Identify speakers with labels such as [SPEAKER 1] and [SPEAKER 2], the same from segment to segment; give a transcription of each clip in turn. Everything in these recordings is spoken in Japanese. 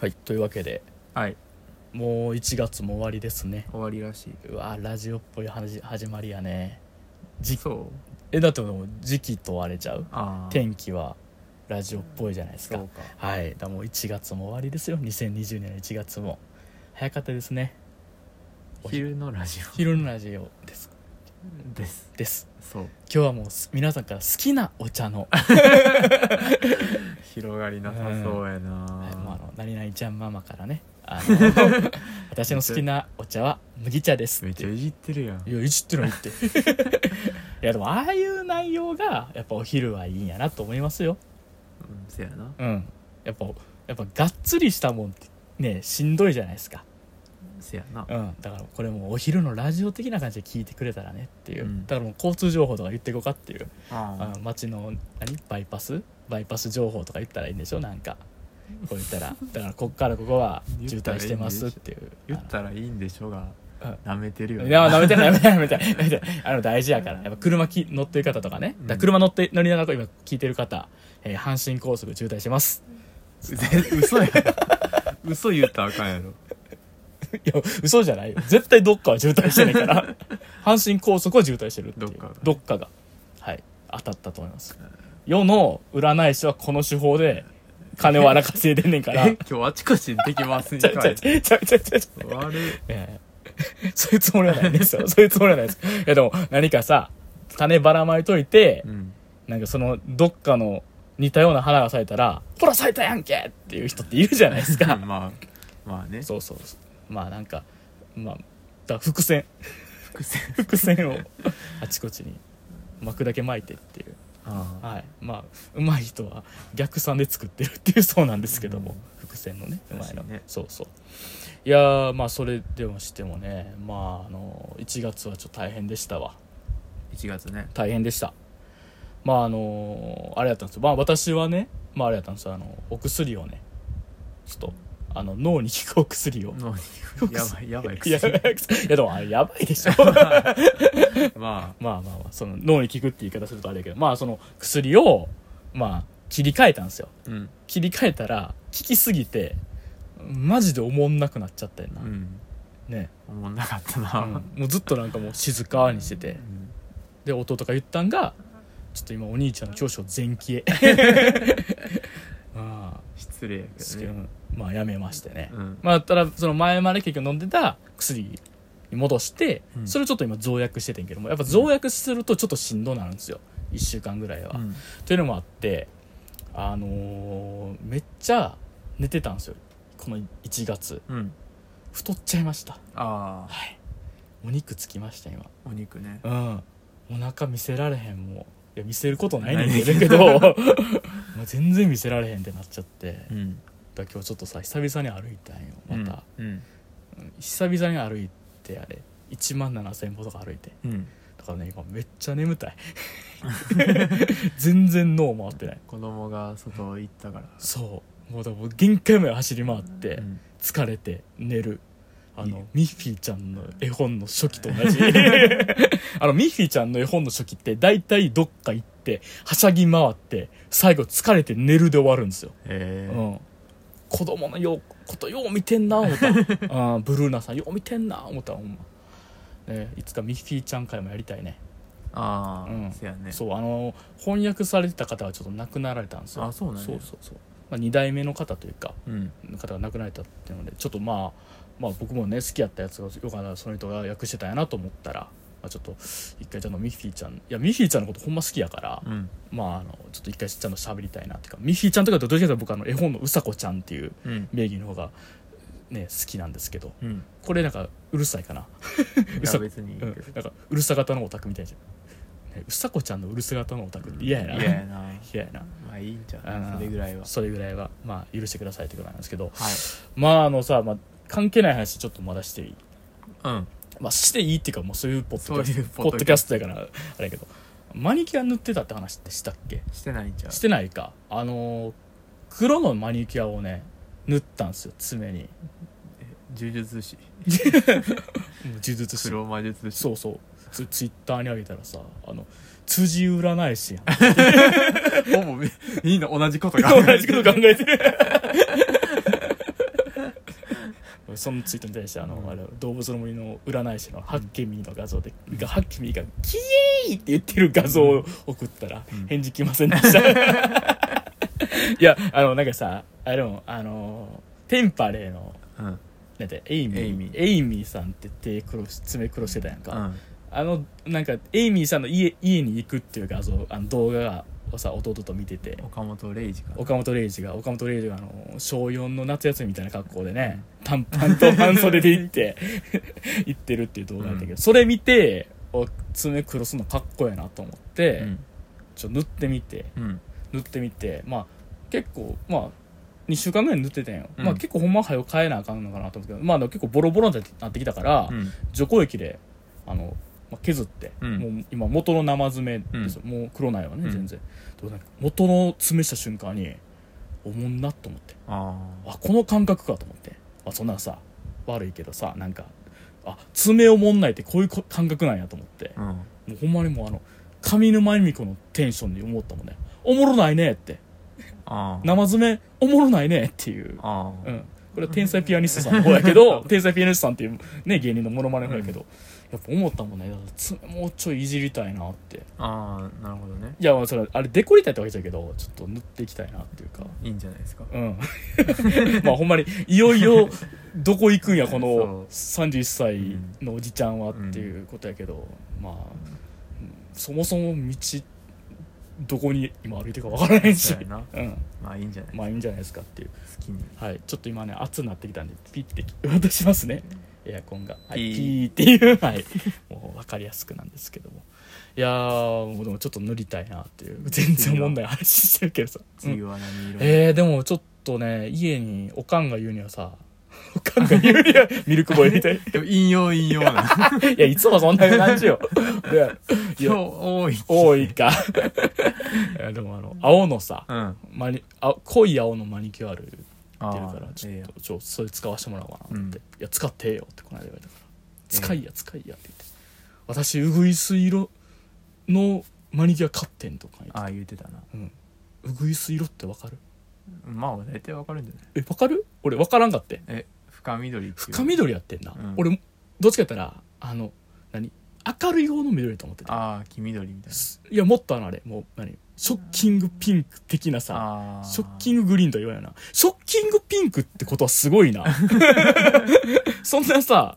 [SPEAKER 1] はいというわけで
[SPEAKER 2] はい
[SPEAKER 1] もう1月も終わりですね
[SPEAKER 2] 終わりらしいう
[SPEAKER 1] わラジオっぽい話始まりやね時
[SPEAKER 2] そう
[SPEAKER 1] えだってもう時期とあれちゃう
[SPEAKER 2] ああ
[SPEAKER 1] 天気はラジオっぽいじゃないですか
[SPEAKER 2] そうか
[SPEAKER 1] はいだからもう1月も終わりですよ2020年の1月も早かったですねお昼
[SPEAKER 2] 昼のラジ
[SPEAKER 1] 昼のラジオです
[SPEAKER 2] オです
[SPEAKER 1] です
[SPEAKER 2] そう
[SPEAKER 1] 今日はもうす皆さんから好きなお茶の、
[SPEAKER 2] 広がりなさそうやな、
[SPEAKER 1] はいもうあの何々ちゃんママからねあ の私の好きなお茶は麦茶です
[SPEAKER 2] め
[SPEAKER 1] っ
[SPEAKER 2] ってちゃいじってるやん
[SPEAKER 1] いやいじって ないっていやでもああいう内容がやっぱお昼はいいんやなと思いますよ
[SPEAKER 2] うんせやな
[SPEAKER 1] うんやっぱやっぱがっつりしたもんってねしんどいじゃないですか
[SPEAKER 2] せやな
[SPEAKER 1] うんだからこれもうお昼のラジオ的な感じで聞いてくれたらねっていう、
[SPEAKER 2] うん
[SPEAKER 1] だからもう交通情報とか言っていこうかっていう、
[SPEAKER 2] あ
[SPEAKER 1] あの街の何バイパスバイパス情報とか言ったらいいんでしょなんかこう言ったらだからこっからここは渋滞してますっていう
[SPEAKER 2] 言ったらいいんでしょが
[SPEAKER 1] あの
[SPEAKER 2] なめてるよ
[SPEAKER 1] いや、舐めてない、舐めてない、舐めてない舐めてない。あの、大事やから。やっぱ車き乗ってる方とかね。だから車乗って、乗りながら今聞いてる方、えー阪神高速渋滞してます。
[SPEAKER 2] 嘘やろ嘘言ったらあか んやろ
[SPEAKER 1] いや、嘘じゃないよ。絶対どっかは渋滞してないから。阪神高速は渋滞してるっていう。
[SPEAKER 2] どっかが
[SPEAKER 1] どっかが。はい。当たったと思います。世の占い師はこの手法で金を荒稼いでんねんから。
[SPEAKER 2] え今日あちこちにできますん
[SPEAKER 1] ち
[SPEAKER 2] か
[SPEAKER 1] ゃうちゃう
[SPEAKER 2] い
[SPEAKER 1] ちゃうちゃうちゃうちゃう。
[SPEAKER 2] 悪い
[SPEAKER 1] ええそういうつもりはないですよ。そういうつもりはないです。いや、でも何かさ、種ばらまいといて、
[SPEAKER 2] うん
[SPEAKER 1] なんかそのどっかの似たような花が咲いたら「ほら咲いたやんけ!」っていう人っているじゃない ですか
[SPEAKER 2] まあまあね
[SPEAKER 1] そうそうそうまあなんかまあだから伏線
[SPEAKER 2] 伏線
[SPEAKER 1] 伏線 をあちこちに巻くだけ巻いてっていう
[SPEAKER 2] ああ
[SPEAKER 1] はいまあ上手い人は逆算で作ってるっていうそうなんですけども、
[SPEAKER 2] うん
[SPEAKER 1] 伏線のね上手い
[SPEAKER 2] 確
[SPEAKER 1] の、
[SPEAKER 2] かにね
[SPEAKER 1] そうそういやーまあそれでもしてもねまああの1月はちょっと大変でしたわ
[SPEAKER 2] 1月ね
[SPEAKER 1] 大変でしたまああのあれだったんですよまあ私はねまああれだったんですよあのお薬をねちょっとあの脳に効くお薬を
[SPEAKER 2] 脳にやばいやばい
[SPEAKER 1] いや
[SPEAKER 2] 薬
[SPEAKER 1] いやでもあれやばいで しょ
[SPEAKER 2] まあ
[SPEAKER 1] まあまあまあその脳に効くって言い方するとあれだけどまあその薬をまあ切り替えたんですよ
[SPEAKER 2] うん
[SPEAKER 1] 切り替えたら効きすぎてマジで思んなくなっちゃったよ
[SPEAKER 2] う
[SPEAKER 1] な、
[SPEAKER 2] ん
[SPEAKER 1] ね、
[SPEAKER 2] 思んなかった
[SPEAKER 1] う
[SPEAKER 2] な、
[SPEAKER 1] んもうずっとなんかもう静かにしてて、
[SPEAKER 2] うん
[SPEAKER 1] で弟が言ったんがちょっと今お兄ちゃんの長所全 消えまあ
[SPEAKER 2] 失礼や
[SPEAKER 1] す
[SPEAKER 2] け
[SPEAKER 1] け
[SPEAKER 2] ど
[SPEAKER 1] ど
[SPEAKER 2] ね
[SPEAKER 1] まあやめましてね、
[SPEAKER 2] うん
[SPEAKER 1] まあただその前まで結局飲んでた薬に戻して、
[SPEAKER 2] うん
[SPEAKER 1] それをちょっと今増薬しててんけどもやっぱ増薬するとちょっとしんどなるんですよ1週間ぐらいは、
[SPEAKER 2] うん
[SPEAKER 1] というのもあってあのーめっちゃ寝てたんですよこの1月
[SPEAKER 2] うん
[SPEAKER 1] 太っちゃいました
[SPEAKER 2] ああ
[SPEAKER 1] はいお肉つきました今
[SPEAKER 2] お肉ね
[SPEAKER 1] うんお腹見せられへんもういや見せることないねんけどもう全然見せられへんってなっちゃって、だか
[SPEAKER 2] うん
[SPEAKER 1] ら今日ちょっとさ久々に歩いたんよまた、
[SPEAKER 2] うん
[SPEAKER 1] うん久々に歩いてあれ1万7000歩とか歩いて
[SPEAKER 2] うん
[SPEAKER 1] だからね今めっちゃ眠 たい全然脳回ってない
[SPEAKER 2] 子供が外行ったから
[SPEAKER 1] そうもうだからもう限界まで走り回って
[SPEAKER 2] うん
[SPEAKER 1] 疲れて寝るあ
[SPEAKER 2] いい
[SPEAKER 1] のミッフィーちゃんの絵本の初期と同じ あのミッフィーちゃんの絵本の初期って大体どっか行ってはしゃぎ回って最後疲れて寝るで終わるんですよ、
[SPEAKER 2] え
[SPEAKER 1] う
[SPEAKER 2] え
[SPEAKER 1] ん、子供のようことよう見てんな思 ったあーブルーナさんよう見てんな思ったほんま、ね、いつかミッフィーちゃん会もやりたいね
[SPEAKER 2] ああ、
[SPEAKER 1] うん
[SPEAKER 2] せやね
[SPEAKER 1] そうあの翻訳されてた方はちょっと亡くなられたんですよ
[SPEAKER 2] あそうなんや
[SPEAKER 1] そうそうそう、まあ、2代目の方というか
[SPEAKER 2] う、ん、
[SPEAKER 1] 方が亡くなられたっていうのでちょっとまあまあ僕もね好きやったやつがよかったらその人が訳してたんやなと思ったら、まあ、ちょっと一回ちゃんとミッフィーちゃんいやミッフィーちゃんのことほんま好きやから、
[SPEAKER 2] うん
[SPEAKER 1] まああのちょっと一回ちゃんと喋りたいなっていうかミッフィーちゃんとかってどっちかというと僕あの絵本のうさこちゃんっていう
[SPEAKER 2] うん
[SPEAKER 1] 名義の方がね好きなんですけど
[SPEAKER 2] うん
[SPEAKER 1] これなんかうるさいか な、
[SPEAKER 2] いや
[SPEAKER 1] 嘘
[SPEAKER 2] 別にいい
[SPEAKER 1] うん、なんかうるさ型のオタクみたいじゃん、ね、うさこちゃんのうるさ型のオタクって嫌やな
[SPEAKER 2] 嫌やな
[SPEAKER 1] 嫌やな
[SPEAKER 2] まあいいんちゃ
[SPEAKER 1] あ
[SPEAKER 2] う
[SPEAKER 1] ー
[SPEAKER 2] それぐらいは
[SPEAKER 1] それぐらいはまあ許してくださいってことなんですけど
[SPEAKER 2] はい
[SPEAKER 1] まああのさ、まあ、関係ない話ちょっとまだしていい、
[SPEAKER 2] うん
[SPEAKER 1] まあ、していいっていうかもうそういうポッドキャ
[SPEAKER 2] そうい
[SPEAKER 1] スト
[SPEAKER 2] うポ
[SPEAKER 1] ポ
[SPEAKER 2] ッ
[SPEAKER 1] ッ
[SPEAKER 2] ド
[SPEAKER 1] ド
[SPEAKER 2] キャスト
[SPEAKER 1] キャストやからあれやけどマニキュア塗ってたって話ってしたっけ
[SPEAKER 2] してないんちゃう
[SPEAKER 1] してないかあのー黒のマニキュアをね塗ったんですよ爪にも
[SPEAKER 2] 呪術師
[SPEAKER 1] う呪術師
[SPEAKER 2] 黒魔術師
[SPEAKER 1] そうそうツツイッターにあげたらさあの辻占い師やん
[SPEAKER 2] ほぼみみんな同じことが
[SPEAKER 1] 同じこと考えてるでそのツイートに対してあの、あれ動物の森の占い師のハッケミーの画像で、がハッケミーが「キエーイ!」って言ってる画像を送ったら
[SPEAKER 2] うん
[SPEAKER 1] 返事来ませんで した、いやあのなんかさあれもあのテンパレーの
[SPEAKER 2] うん
[SPEAKER 1] なんてエイミー
[SPEAKER 2] エイミー
[SPEAKER 1] エイミーさんって手黒し爪黒してたやんか、
[SPEAKER 2] うん
[SPEAKER 1] あのなんかエイミーさんの家家に行くっていう画像あの動画をさ弟と見てて
[SPEAKER 2] 岡本零士か
[SPEAKER 1] 岡本零士が岡本零士があの小4の夏休みみたいな格好でね短パンと半袖で行って 行ってるっていう動画だったけど、
[SPEAKER 2] うん
[SPEAKER 1] それ見てお爪黒すのかっこええなと思って、
[SPEAKER 2] うん
[SPEAKER 1] ちょっと塗ってみて
[SPEAKER 2] うん
[SPEAKER 1] 塗ってみてまあ結構まあ2週間ぐらい塗ってたんよ、
[SPEAKER 2] うん
[SPEAKER 1] まあ結構ほんまは早く変えなあかんのかなと思ってまあでも結構ボロボロになってきたから、
[SPEAKER 2] うん
[SPEAKER 1] 除光液であの、まあ、削って、
[SPEAKER 2] うん
[SPEAKER 1] もう今元の生爪ですよ、もう黒ないわね
[SPEAKER 2] うん
[SPEAKER 1] 全然、でもなんか元の爪した瞬間におもんなと思って
[SPEAKER 2] あ
[SPEAKER 1] あこの感覚かと思って、まあ、そんなさ悪いけどさなんかあ爪おもんないってこういうこ感覚なんやと思って
[SPEAKER 2] あうん
[SPEAKER 1] もうほんまにもうあの上沼恵美子のテンションで思ったもんねおもろないねって
[SPEAKER 2] ああ
[SPEAKER 1] 生爪おもろないねっていう
[SPEAKER 2] あ
[SPEAKER 1] う
[SPEAKER 2] あ
[SPEAKER 1] ん、これは天才ピアニストさんの方やけど天才ピアニストさんっていう、ね、芸人のモノマネの方やけど、やっぱ思ったもんねだからつもうちょいいじりたいなって
[SPEAKER 2] ああなるほどね
[SPEAKER 1] いやまあそれあれデコりたいってわけじゃけどちょっと塗っていきたいなっていうか
[SPEAKER 2] いいんじゃないですか
[SPEAKER 1] うんまあほんまにいよいよどこ行くんやこの
[SPEAKER 2] そう
[SPEAKER 1] 31歳のおじちゃんはっていうことやけど、まあうんそもそも道どこに今歩いてるか分からへんし
[SPEAKER 2] そうやな
[SPEAKER 1] うん
[SPEAKER 2] まあいいんじゃない
[SPEAKER 1] まあいいんじゃないですかっていう
[SPEAKER 2] 好きに
[SPEAKER 1] はい、ちょっと今ね暑くなってきたんでピッて 渡しますねエアコンが、はい、ピ
[SPEAKER 2] ピ
[SPEAKER 1] ーって いう、はい、もう分かりやすくなんですけどもいやーもうでもちょっと塗りたいなっていう全然問題ない話してるけどさ、うん
[SPEAKER 2] 次は何色
[SPEAKER 1] えー、でもちょっとね家におかんが言うには さおかんが言うにはミルクボーイみ たい
[SPEAKER 2] でも引用引用な
[SPEAKER 1] いやいつもそんな感 じよでい
[SPEAKER 2] 今日
[SPEAKER 1] や
[SPEAKER 2] 多い
[SPEAKER 1] 多いかいやでもあの青のさ
[SPEAKER 2] うんあ
[SPEAKER 1] マニあ濃い青のマニキュアル
[SPEAKER 2] あ
[SPEAKER 1] ってるからち
[SPEAKER 2] ええ
[SPEAKER 1] ょ
[SPEAKER 2] や
[SPEAKER 1] っとちょそれ使わせてもらおうかなって、
[SPEAKER 2] う
[SPEAKER 1] い
[SPEAKER 2] ん
[SPEAKER 1] や使ってええよってこの間言われたから使いや使いやって言って私うぐいす色のマニキュア買ってんとか言って
[SPEAKER 2] ああ言ってたな
[SPEAKER 1] うんうぐいす色ってわかる
[SPEAKER 2] まあ大体わかるんじゃない
[SPEAKER 1] えわかる俺わからんかって
[SPEAKER 2] え深緑っていう
[SPEAKER 1] 深緑やってんな、
[SPEAKER 2] うん
[SPEAKER 1] 俺どっちかやったらあの何明るい方の緑と思ってた
[SPEAKER 2] ああ黄緑みたいな
[SPEAKER 1] すいやもっとあのあれもう何ショッキングピンク的なさ
[SPEAKER 2] ああ
[SPEAKER 1] ショッキンググリーンとは言わんよな。ショッキングピンクってことはすごいな。 そんなさ、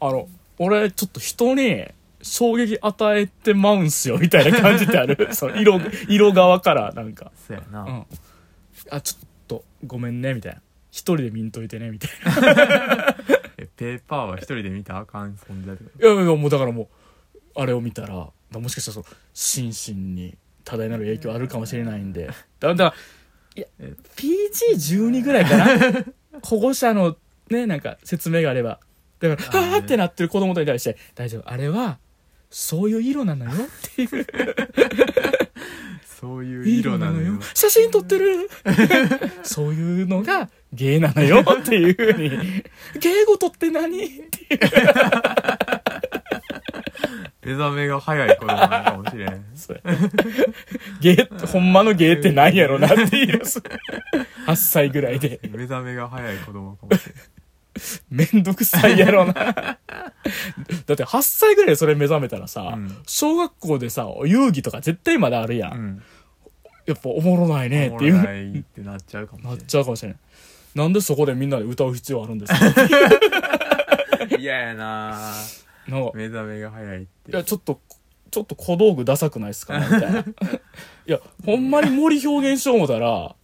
[SPEAKER 1] あの、俺ちょっと人に衝撃与えてまうんすよみたいな感じってあ る。その色、色側からなんか。
[SPEAKER 2] そうやな、
[SPEAKER 1] うん。あ、ちょっとごめんねみたいな。一人で見んといてねみたい
[SPEAKER 2] えペーパーは一人で見たらあかん存在ってこと
[SPEAKER 1] な。いやいやもうだからもう、あれを見たら、もしかしたらその、心身に多大なる影響あるかもしれないんで。だだから PG12 ぐらいかな保護者のねなんか説明があればだから
[SPEAKER 2] あ
[SPEAKER 1] 「
[SPEAKER 2] ー
[SPEAKER 1] あーってなってる子供に対して「大丈夫あれはそういう色なのよ」っていう
[SPEAKER 2] そういう
[SPEAKER 1] 色
[SPEAKER 2] 色
[SPEAKER 1] な
[SPEAKER 2] な
[SPEAKER 1] の
[SPEAKER 2] の
[SPEAKER 1] よ
[SPEAKER 2] よ
[SPEAKER 1] 写真撮ってる そういうのが芸なのよっていうふうに芸事って何って
[SPEAKER 2] 目覚めが早い子供なのかもしれん
[SPEAKER 1] そうや芸 ってほんまの芸ってなんやろなっていう8歳ぐらいで
[SPEAKER 2] 目覚めが早い子供かもしれん
[SPEAKER 1] めんどくさいやろなだって8歳ぐらいでそれ目覚めたらさ、
[SPEAKER 2] うん
[SPEAKER 1] 小学校でさ遊戯とか絶対まだあるやん、
[SPEAKER 2] うん
[SPEAKER 1] やっぱおもろないねっ
[SPEAKER 2] お
[SPEAKER 1] てい
[SPEAKER 2] もろ
[SPEAKER 1] う
[SPEAKER 2] ないってなっちゃうか
[SPEAKER 1] な
[SPEAKER 2] も
[SPEAKER 1] っ
[SPEAKER 2] し
[SPEAKER 1] ちゃうかもしれないなんでそこでみんなで歌う必要あるんです か
[SPEAKER 2] れん嫌やな
[SPEAKER 1] なんか
[SPEAKER 2] 目覚めが早いって
[SPEAKER 1] いやちょっとちょっと小道具ダサくないですかねみたいないやほんまに森表現しよう思たら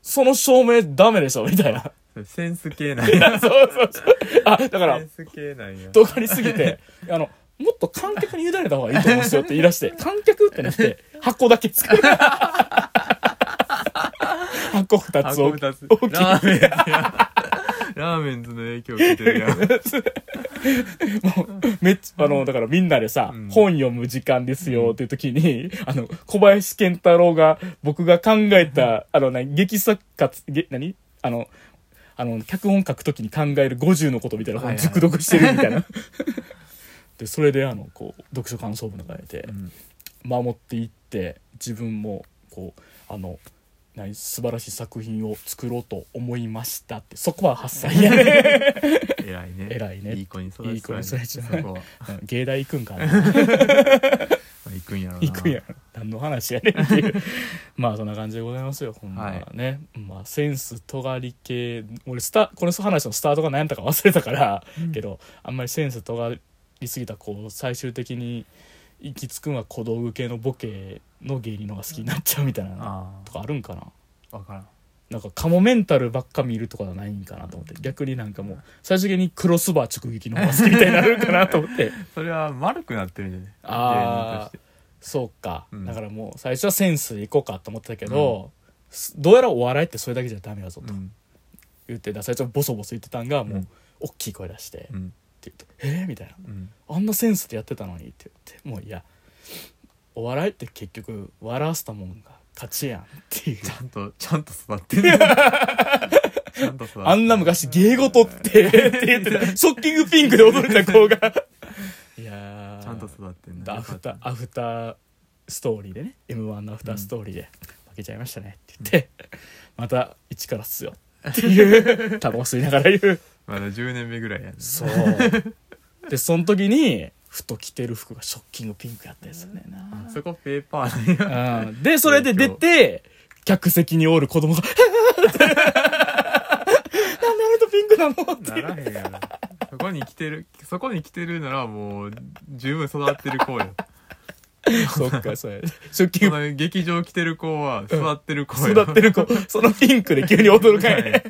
[SPEAKER 1] その照明ダメでしょみたいな
[SPEAKER 2] それセンス系なん や
[SPEAKER 1] そうそうそうあだから
[SPEAKER 2] センス系なんや
[SPEAKER 1] とがりすぎ て、あの、もっと観客に委ねた方がいいと思うんですよって言い出 して、観客ってなって、箱だけ作る。箱二つ
[SPEAKER 2] 箱
[SPEAKER 1] を。
[SPEAKER 2] 二つ
[SPEAKER 1] 大きい
[SPEAKER 2] ラーメンやラーメンズの影響受けて るやん
[SPEAKER 1] めっちゃ、あの、だからみんなでさ、
[SPEAKER 2] うん
[SPEAKER 1] 本読む時間ですよっていう時に、 あの、小林健太郎が、僕が考えた、あの、何、劇作家、げ何あの、あの、脚本書くときに考える50のことみたいな本
[SPEAKER 2] はいはい
[SPEAKER 1] 熟読してるみ たいな。で、それで、あの、こう、読書感想文とか書いて、
[SPEAKER 2] うん
[SPEAKER 1] 守っていって自分もこうあの何素晴らしい作品を作ろうと思いましたってそこは8歳や ね
[SPEAKER 2] 偉いね
[SPEAKER 1] 偉いね
[SPEAKER 2] いい子に育
[SPEAKER 1] いい子に育ち
[SPEAKER 2] ち
[SPEAKER 1] だ
[SPEAKER 2] た
[SPEAKER 1] ね
[SPEAKER 2] ねそこは
[SPEAKER 1] うん芸大行くんかな
[SPEAKER 2] まあ行くんやろうな
[SPEAKER 1] 行くんやろ何の話やねんっていう まあそんな感じでございますよほんま
[SPEAKER 2] はい
[SPEAKER 1] ね、まあセンス尖り系俺スタこの話のスタートが何やったか忘れたから、けどあんまりセンス尖りすぎたこう最終的に行き着くのは小道具系のボケの芸人の方が好きになっちゃうみたいなの
[SPEAKER 2] あ
[SPEAKER 1] とかあるんかな
[SPEAKER 2] あ分からん
[SPEAKER 1] なんかカモメンタルばっか見るとかじゃないんかなと思って逆になんかもう最終的にクロスバー直撃の方が好きみたいになるんかなと思って
[SPEAKER 2] それは丸くなってるんじゃない
[SPEAKER 1] あー
[SPEAKER 2] 芸人として
[SPEAKER 1] そうか、
[SPEAKER 2] うん
[SPEAKER 1] だからもう最初はセンスでいこうかと思ってたけど、すどうやらお笑いってそれだけじゃダメだぞと
[SPEAKER 2] うん
[SPEAKER 1] 言ってだから最初ボソボソ言ってたんがも
[SPEAKER 2] う
[SPEAKER 1] うん大きい声出して、
[SPEAKER 2] うん
[SPEAKER 1] って言って「えーみたいな
[SPEAKER 2] うん
[SPEAKER 1] 「あんなセンスでやってたのに」って言ってもういやお笑いって結局笑わせたもんが勝ちやんっていう
[SPEAKER 2] ちゃんとちゃんと育って るちゃんと育ってる
[SPEAKER 1] あんな昔芸事って、って言ってた。ショッキングピンクで踊れた子が。 いやー
[SPEAKER 2] ちゃんと育ってん
[SPEAKER 1] アフター、アフターストーリーでね、M1 のアフターストーリーで、負けちゃいましたねって言って、また一からっすよっていう、タバコ吸いながら言う。
[SPEAKER 2] まだ10年目ぐらいやね
[SPEAKER 1] そう。で、その時に、ふと着てる服がショッキングピンクやったやつよねんな。
[SPEAKER 2] そこペーパーなんや
[SPEAKER 1] うんで、それで出て、客席におる子供が、なんであれとピンクなのって
[SPEAKER 2] ならへんやろそこに来てるそこに来てるならもう十分育って る子や
[SPEAKER 1] そっか、それ。出
[SPEAKER 2] そ
[SPEAKER 1] 勤
[SPEAKER 2] の劇場来てる子は育ってる子や
[SPEAKER 1] 育って
[SPEAKER 2] る
[SPEAKER 1] る子、そのピンクで急に踊るかい。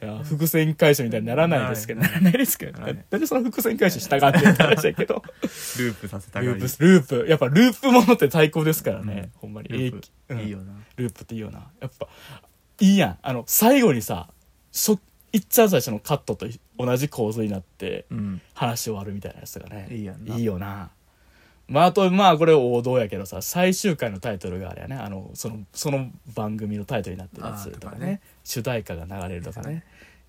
[SPEAKER 1] いや、伏線回収みたいにならないですけど、
[SPEAKER 2] な
[SPEAKER 1] ならないですけど、
[SPEAKER 2] な
[SPEAKER 1] な
[SPEAKER 2] らない
[SPEAKER 1] なんでその伏線回収したがってるって話だけ ど。
[SPEAKER 2] ループさせたがり
[SPEAKER 1] ループ、ループ。やっぱループものって最高ですからね、ほんまに。
[SPEAKER 2] ルー
[SPEAKER 1] え
[SPEAKER 2] プ
[SPEAKER 1] ー
[SPEAKER 2] いい。
[SPEAKER 1] うん
[SPEAKER 2] よな
[SPEAKER 1] ループっていいよな。やっぱ、いいやん。あの、最後にさ、しょ、いっちゃん最初のカットと同じ構図になって、
[SPEAKER 2] うん
[SPEAKER 1] 話終わるみたいなやつがね
[SPEAKER 2] いいやんない
[SPEAKER 1] いよなまああとまあこれ王道やけどさ最終回のタイトルがあれやねあのそのその番組のタイトルになってるやつとかね
[SPEAKER 2] あーとかね
[SPEAKER 1] 主題歌が流れるとかね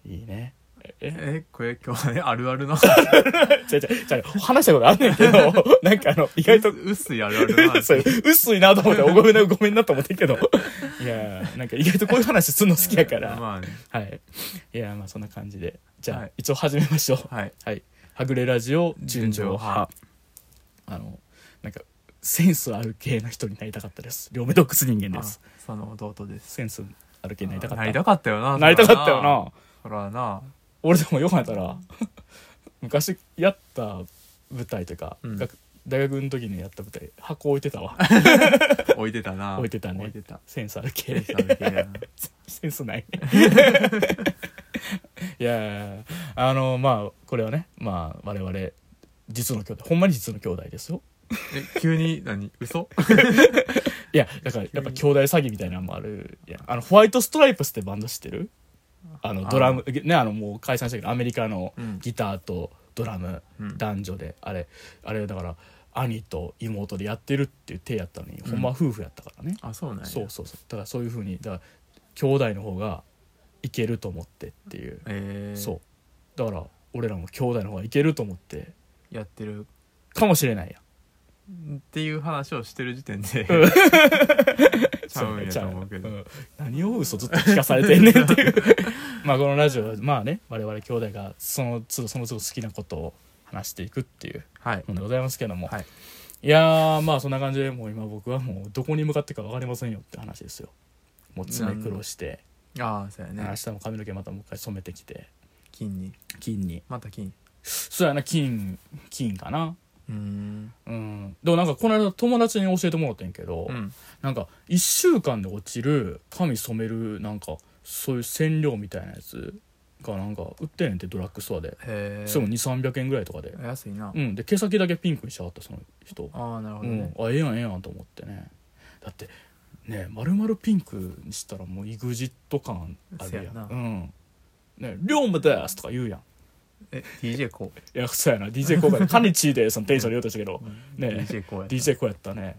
[SPEAKER 1] いいねえ
[SPEAKER 2] えこれ今日はねあるあるの
[SPEAKER 1] 違う違う違う話したことあんねんけ どなんかあの意外と
[SPEAKER 2] 薄いあるあるの話
[SPEAKER 1] そう薄いなと思ってごめんなごめんなと思ってん けどいやーなんか意外とこういう話すんの好きやから、
[SPEAKER 2] まあね
[SPEAKER 1] はいいやーまあそんな感じでじゃあ、
[SPEAKER 2] はい
[SPEAKER 1] 一応始めましょう
[SPEAKER 2] はい
[SPEAKER 1] はい、はぐれラジオ純情派あのなんかセンスある系の人になりたかったです両目洞窟人間
[SPEAKER 2] あ
[SPEAKER 1] です
[SPEAKER 2] その弟です
[SPEAKER 1] センスある系になりたかった
[SPEAKER 2] なりたかったよな
[SPEAKER 1] なりたかったよな
[SPEAKER 2] ほらな
[SPEAKER 1] 俺でもよく考えた ら昔やった舞台というか、
[SPEAKER 2] うん
[SPEAKER 1] 学大学の時にやった舞台箱置いてたわ
[SPEAKER 2] 置いてたな
[SPEAKER 1] 置いてたね
[SPEAKER 2] 置いてた
[SPEAKER 1] センスある
[SPEAKER 2] ペ
[SPEAKER 1] 系
[SPEAKER 2] ースある系やな
[SPEAKER 1] センス ないいやーあのまあこれはねまあ我々実の兄弟ほんまに実の兄弟ですよ
[SPEAKER 2] え急に何嘘
[SPEAKER 1] いやだからやっぱ兄弟詐欺みたいなのもあるやんあのホワイトストライプスってバンド知ってるあの
[SPEAKER 2] あー
[SPEAKER 1] ドラムねあのもう解散したけどアメリカの
[SPEAKER 2] うん
[SPEAKER 1] ギターとドラム、
[SPEAKER 2] うん
[SPEAKER 1] 男女であれあれだから兄と妹でやってるっていう手やったのに、ほんまは夫婦やったからね、
[SPEAKER 2] あそうなんや
[SPEAKER 1] そうそうそうだからそういうふうにだから兄弟の方がいけると思ってっていう、
[SPEAKER 2] えー
[SPEAKER 1] そうだから俺らも兄弟の方がいけると思って
[SPEAKER 2] やってる
[SPEAKER 1] かもしれないやん
[SPEAKER 2] っていう話をしてる時点で ちゃうんやと思うけど
[SPEAKER 1] ちゃん何を嘘ずっと聞かされてんねんって いうまあこのラジオはまあね我々兄弟がその都度その都度好きなことを話していくっていう
[SPEAKER 2] はい
[SPEAKER 1] ものでございますけども、
[SPEAKER 2] はい
[SPEAKER 1] い、やーまあそんな感じでもう今僕はもうどこに向かってか分かりませんよって話ですよもう爪苦労して、
[SPEAKER 2] ああそうや
[SPEAKER 1] 明
[SPEAKER 2] ね
[SPEAKER 1] 日も髪の毛またもう一回染めてきて
[SPEAKER 2] 金に
[SPEAKER 1] 金に
[SPEAKER 2] また金
[SPEAKER 1] そうやな金金かな
[SPEAKER 2] うーん
[SPEAKER 1] うんでもなんかこの間友達に教えてもらったんやけど、
[SPEAKER 2] うん
[SPEAKER 1] なんか1週間で落ちる髪染めるなんかそういう染料みたいなやつがなんか売ってんねんってドラッグストアで、
[SPEAKER 2] へえ
[SPEAKER 1] それも2300円ぐらいとかで、
[SPEAKER 2] 安いな
[SPEAKER 1] うん、で毛先だけピンクにしちゃったその人、
[SPEAKER 2] ああなるほ
[SPEAKER 1] う
[SPEAKER 2] どね
[SPEAKER 1] ん、あええやんええやんと思ってねだってね丸々ピンクにしたらもう EXIT 感あるやん
[SPEAKER 2] せやな
[SPEAKER 1] うんね「龍馬です」とか言うやん
[SPEAKER 2] え DJ こう
[SPEAKER 1] いやそうやな DJ 効果で「カニチーです」のテンションで言おうとしたけどね
[SPEAKER 2] DJ こうやった
[SPEAKER 1] DJ こうやったね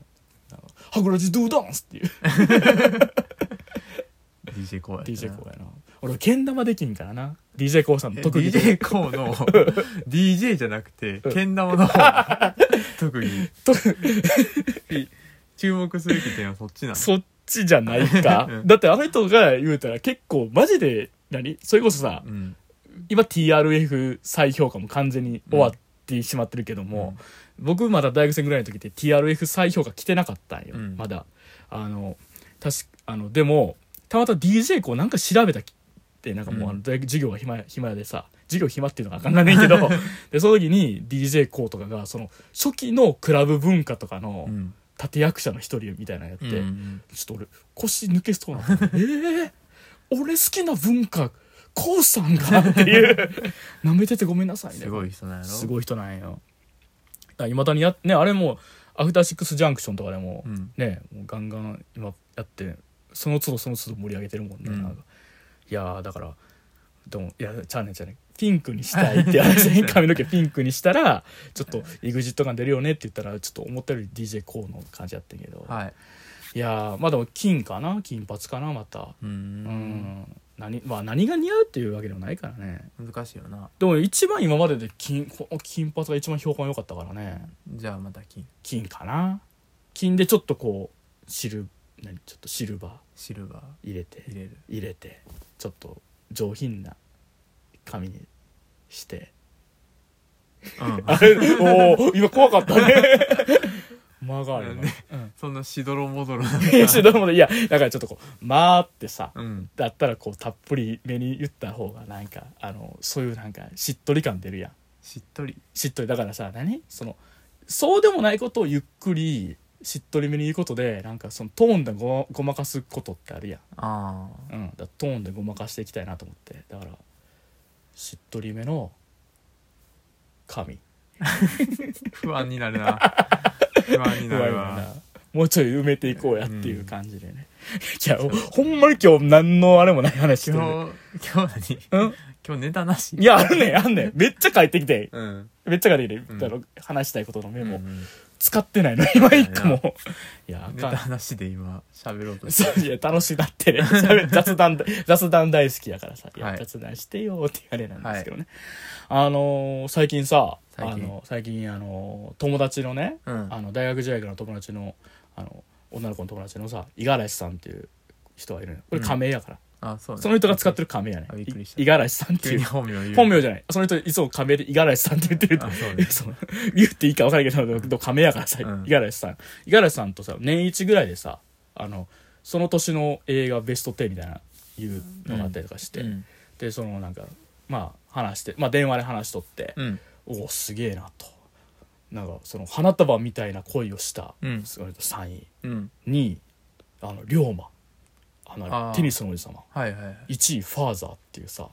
[SPEAKER 1] あの「ハグラジドゥダンス」っていう
[SPEAKER 2] DJ こうやった
[SPEAKER 1] DJ コウやな俺けん玉できんからな DJ コウさんの
[SPEAKER 2] え
[SPEAKER 1] 特技
[SPEAKER 2] DJ こ うの DJ じゃなくて
[SPEAKER 1] うん
[SPEAKER 2] け ん玉の方特技注目すべき点はそっちなの
[SPEAKER 1] そっちじゃないか
[SPEAKER 2] う。ん
[SPEAKER 1] だってあの人が言うたら結構マジで何、それこそさ、
[SPEAKER 2] うん
[SPEAKER 1] 今 TRF 再評価も完全に終わってしまってるけども、僕まだ大学生ぐらいの時って TRF 再評価来てなかったんよ、
[SPEAKER 2] うん
[SPEAKER 1] まだあの確かあのでもたまたま DJ こうなんか調べたきってなんかもうあ
[SPEAKER 2] う
[SPEAKER 1] の大学授業が暇や暇やでさ授業暇っていうのがあかんなんねんけ どでその時に DJ こうとかがその初期のクラブ文化とかの
[SPEAKER 2] うん
[SPEAKER 1] 立役者の一人みたいなのやって、
[SPEAKER 2] うん
[SPEAKER 1] ちょっと俺腰抜けそうなええ俺好きな文化こうさんがっていうなめててごめんなさいね
[SPEAKER 2] すごい人なんやろ
[SPEAKER 1] すごい人なんよいまだにやねあれもアフターシックスジャンクションとかでも、
[SPEAKER 2] うん
[SPEAKER 1] ねもうガンガン今やってその都度その都度盛り上げてるもんね、
[SPEAKER 2] うん
[SPEAKER 1] なんかいやーだからでもいやちゃうねんちゃうねんピンクにしたいって話で髪の毛ピンクにしたらちょっと EXIT 感出るよねって言ったらちょっと思ったより d j コ o の感じやってんけど、
[SPEAKER 2] はい
[SPEAKER 1] いやーまあでも金かな金髪かなまた
[SPEAKER 2] う
[SPEAKER 1] うん、
[SPEAKER 2] ん
[SPEAKER 1] 何まあ何が似合うっていうわけでもないからね
[SPEAKER 2] 難しいよな
[SPEAKER 1] でも一番今までで金こ金髪が一番評判良かったからね
[SPEAKER 2] じゃあまた金
[SPEAKER 1] 金かな金でちょっとこうシル何ちょっとシルバー
[SPEAKER 2] シルバ
[SPEAKER 1] 入れて
[SPEAKER 2] ー入れる
[SPEAKER 1] 入れてちょっと上品な髪にして
[SPEAKER 2] うん
[SPEAKER 1] あれおお今怖かったね 間があるな、
[SPEAKER 2] ね
[SPEAKER 1] うん
[SPEAKER 2] そんなしどろもどろ
[SPEAKER 1] いやちょっと待っていやだからちょっとこう「まあ」ってさ
[SPEAKER 2] うん
[SPEAKER 1] だったらこうたっぷり目に言った方がなんかあのそういうなんかしっとり感出るやん
[SPEAKER 2] しっとり
[SPEAKER 1] しっとりだからさ何そのそうでもないことをゆっくりしっとりめに言うことでなんかそのトーンでごごまかすことってあるやん、
[SPEAKER 2] あ
[SPEAKER 1] うん、だからトーンでごまかしていきたいなと思ってだからしっとりめの髪
[SPEAKER 2] あ不安になるな 不安になる
[SPEAKER 1] うまい
[SPEAKER 2] わ
[SPEAKER 1] なもうちょい埋めていこうやっていう感じでね、 いやほんまに今日何のあれもない話してるね、
[SPEAKER 2] 今日今日
[SPEAKER 1] う
[SPEAKER 2] 何
[SPEAKER 1] ん
[SPEAKER 2] 今日ネタなし
[SPEAKER 1] いやあるねんあんねんめっちゃ帰ってきて
[SPEAKER 2] うん
[SPEAKER 1] めっちゃ彼で、
[SPEAKER 2] うん
[SPEAKER 1] あの話したいことのメモ、
[SPEAKER 2] うん
[SPEAKER 1] 使ってないの 今一個もいや
[SPEAKER 2] ネ
[SPEAKER 1] あか
[SPEAKER 2] タなしで今喋ろうと
[SPEAKER 1] ん
[SPEAKER 2] して
[SPEAKER 1] そういや楽しいなって ね雑談だ雑談大好きだからさ、いや
[SPEAKER 2] はい
[SPEAKER 1] 雑談してよって言われなんですけどね、あのー最近さ
[SPEAKER 2] 最近
[SPEAKER 1] あの最近あの友達のね、
[SPEAKER 2] うん
[SPEAKER 1] あの大学時代からの友達のあの女の子の友達のさ五十嵐さんっていう人がいるのよこれ仮名やから、
[SPEAKER 2] あそうね
[SPEAKER 1] その人が使ってる仮名やね
[SPEAKER 2] あびっくりした
[SPEAKER 1] い五十嵐さんって
[SPEAKER 2] 急
[SPEAKER 1] い
[SPEAKER 2] に
[SPEAKER 1] う
[SPEAKER 2] 本名言う
[SPEAKER 1] 本名じゃないその人いつも仮名で五十嵐さんって言ってると
[SPEAKER 2] あそう
[SPEAKER 1] え
[SPEAKER 2] ね
[SPEAKER 1] その言っていいか分からんけどでも亀やからさ
[SPEAKER 2] うん
[SPEAKER 1] 五十嵐さん五十嵐さんとさ年一ぐらいでさあのその年の映画ベスト10みたいないうのがあったりとかして、
[SPEAKER 2] うん
[SPEAKER 1] でそのなんかまあ話して、まあ、電話で話しとって、
[SPEAKER 2] うん
[SPEAKER 1] おおすげえなとなんかその花束みたいな恋をした、
[SPEAKER 2] うん
[SPEAKER 1] それと3位
[SPEAKER 2] うん
[SPEAKER 1] 2位あの龍馬あの
[SPEAKER 2] あー
[SPEAKER 1] テニスの王子様
[SPEAKER 2] はいはいはい
[SPEAKER 1] 1位ファーザーっていうさ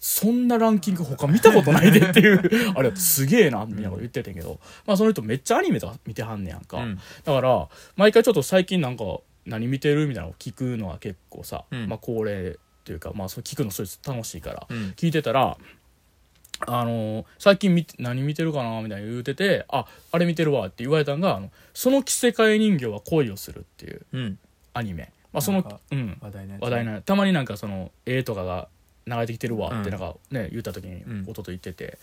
[SPEAKER 1] そんなランキング他見たことないでっていう あれすげえなみたいなこと言ってたけど、まあその人めっちゃアニメとか見てはんねやんか、
[SPEAKER 2] うん
[SPEAKER 1] だから毎回ちょっと最近なんか何見てるみたいなのを聞くのは結構さ、
[SPEAKER 2] うん
[SPEAKER 1] まあ恒例っていうかまあそれ聞くのそれ楽しいから、
[SPEAKER 2] うん
[SPEAKER 1] 聞いてたらあのー最近見て何見てるかなみたいな言うてて「ああれ見てるわ」って言われたんがあの「その着せ替え人形は恋をする」っていう
[SPEAKER 2] うん
[SPEAKER 1] アニメ、まあ、その
[SPEAKER 2] なんか
[SPEAKER 1] うん、
[SPEAKER 2] 話題なやつ
[SPEAKER 1] 話題になるたまになんかその絵とかが流れてきてるわって
[SPEAKER 2] うん
[SPEAKER 1] なんかね、言った時に
[SPEAKER 2] うん
[SPEAKER 1] 弟言ってて、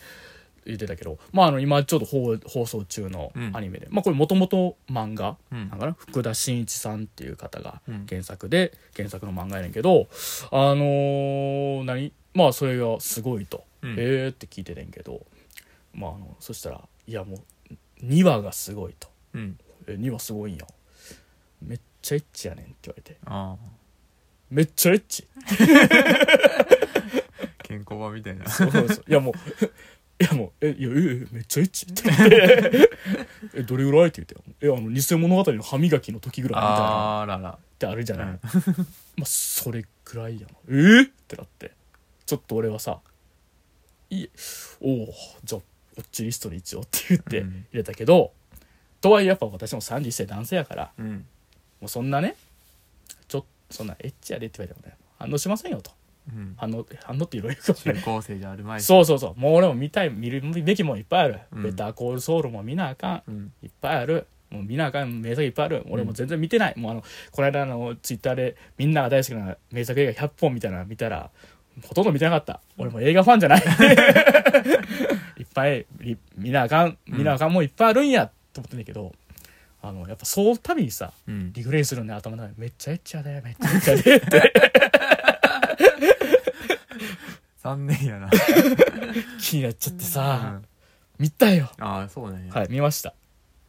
[SPEAKER 1] 言ってたけどまああの今ちょうど放放送中の
[SPEAKER 2] うん
[SPEAKER 1] アニメで、まあこれもともと漫画
[SPEAKER 2] うん
[SPEAKER 1] なんかな福田真一さんっていう方が
[SPEAKER 2] うん
[SPEAKER 1] 原作で、原作の漫画やねんけどあのー何まあそれがすごいと、
[SPEAKER 2] うん
[SPEAKER 1] ええー、って聞いててんけどまああのそしたらいやもう2話がすごいと
[SPEAKER 2] うん
[SPEAKER 1] 「え2話すごいんやめっちゃエッチやねん」って言われて
[SPEAKER 2] あ
[SPEAKER 1] 「めっちゃエッチ」
[SPEAKER 2] あ健康版みたいな
[SPEAKER 1] そうそうそういやもういやもう「えいやええめっちゃエッチ」って言って「えどれぐらい?」って言って「えあの偽物語の歯磨きの時ぐらい」みたいなっ
[SPEAKER 2] あーらら
[SPEAKER 1] てあるじゃない、
[SPEAKER 2] うん
[SPEAKER 1] まあそれくらいやな「えっ?」ってなってちょっと俺はさ「いえおおじゃあこっちリストに一応」って言って
[SPEAKER 2] うん
[SPEAKER 1] 入れたけど、とはいえやっぱ私も31歳男性やから
[SPEAKER 2] うん
[SPEAKER 1] もうそんなねちょっとそんなエッチやでって言われてもね反応しませんよと
[SPEAKER 2] うん
[SPEAKER 1] 反応反応っていろいろ言うか
[SPEAKER 2] 中
[SPEAKER 1] らね
[SPEAKER 2] 高生じゃあるまいし
[SPEAKER 1] そうそうそう。もう俺も見たい、見るべきもんいっぱいある。
[SPEAKER 2] うん
[SPEAKER 1] ベターコールソウルも見なあかん。
[SPEAKER 2] うん
[SPEAKER 1] いっぱいある。もう見なあかん名作いっぱいある。俺も全然見てない。もうあの、この間あのツイッターでみんなが大好きな名作映画100本みたいなの見たら、ほとんど見てなかった。俺も映画ファンじゃ ない。いっぱい見見なあかん、見なあかんもんいっぱいあるんやと思ってんだけど、あのやっぱそうたびにさ
[SPEAKER 2] うん。
[SPEAKER 1] リフレインするのね頭の中でめっちゃエッチやでめっちゃエッチやで って
[SPEAKER 2] 残念やな。
[SPEAKER 1] 気になっちゃって
[SPEAKER 2] う
[SPEAKER 1] さ
[SPEAKER 2] ん
[SPEAKER 1] 見たよ
[SPEAKER 2] ああ、そうなんや。
[SPEAKER 1] はい見ました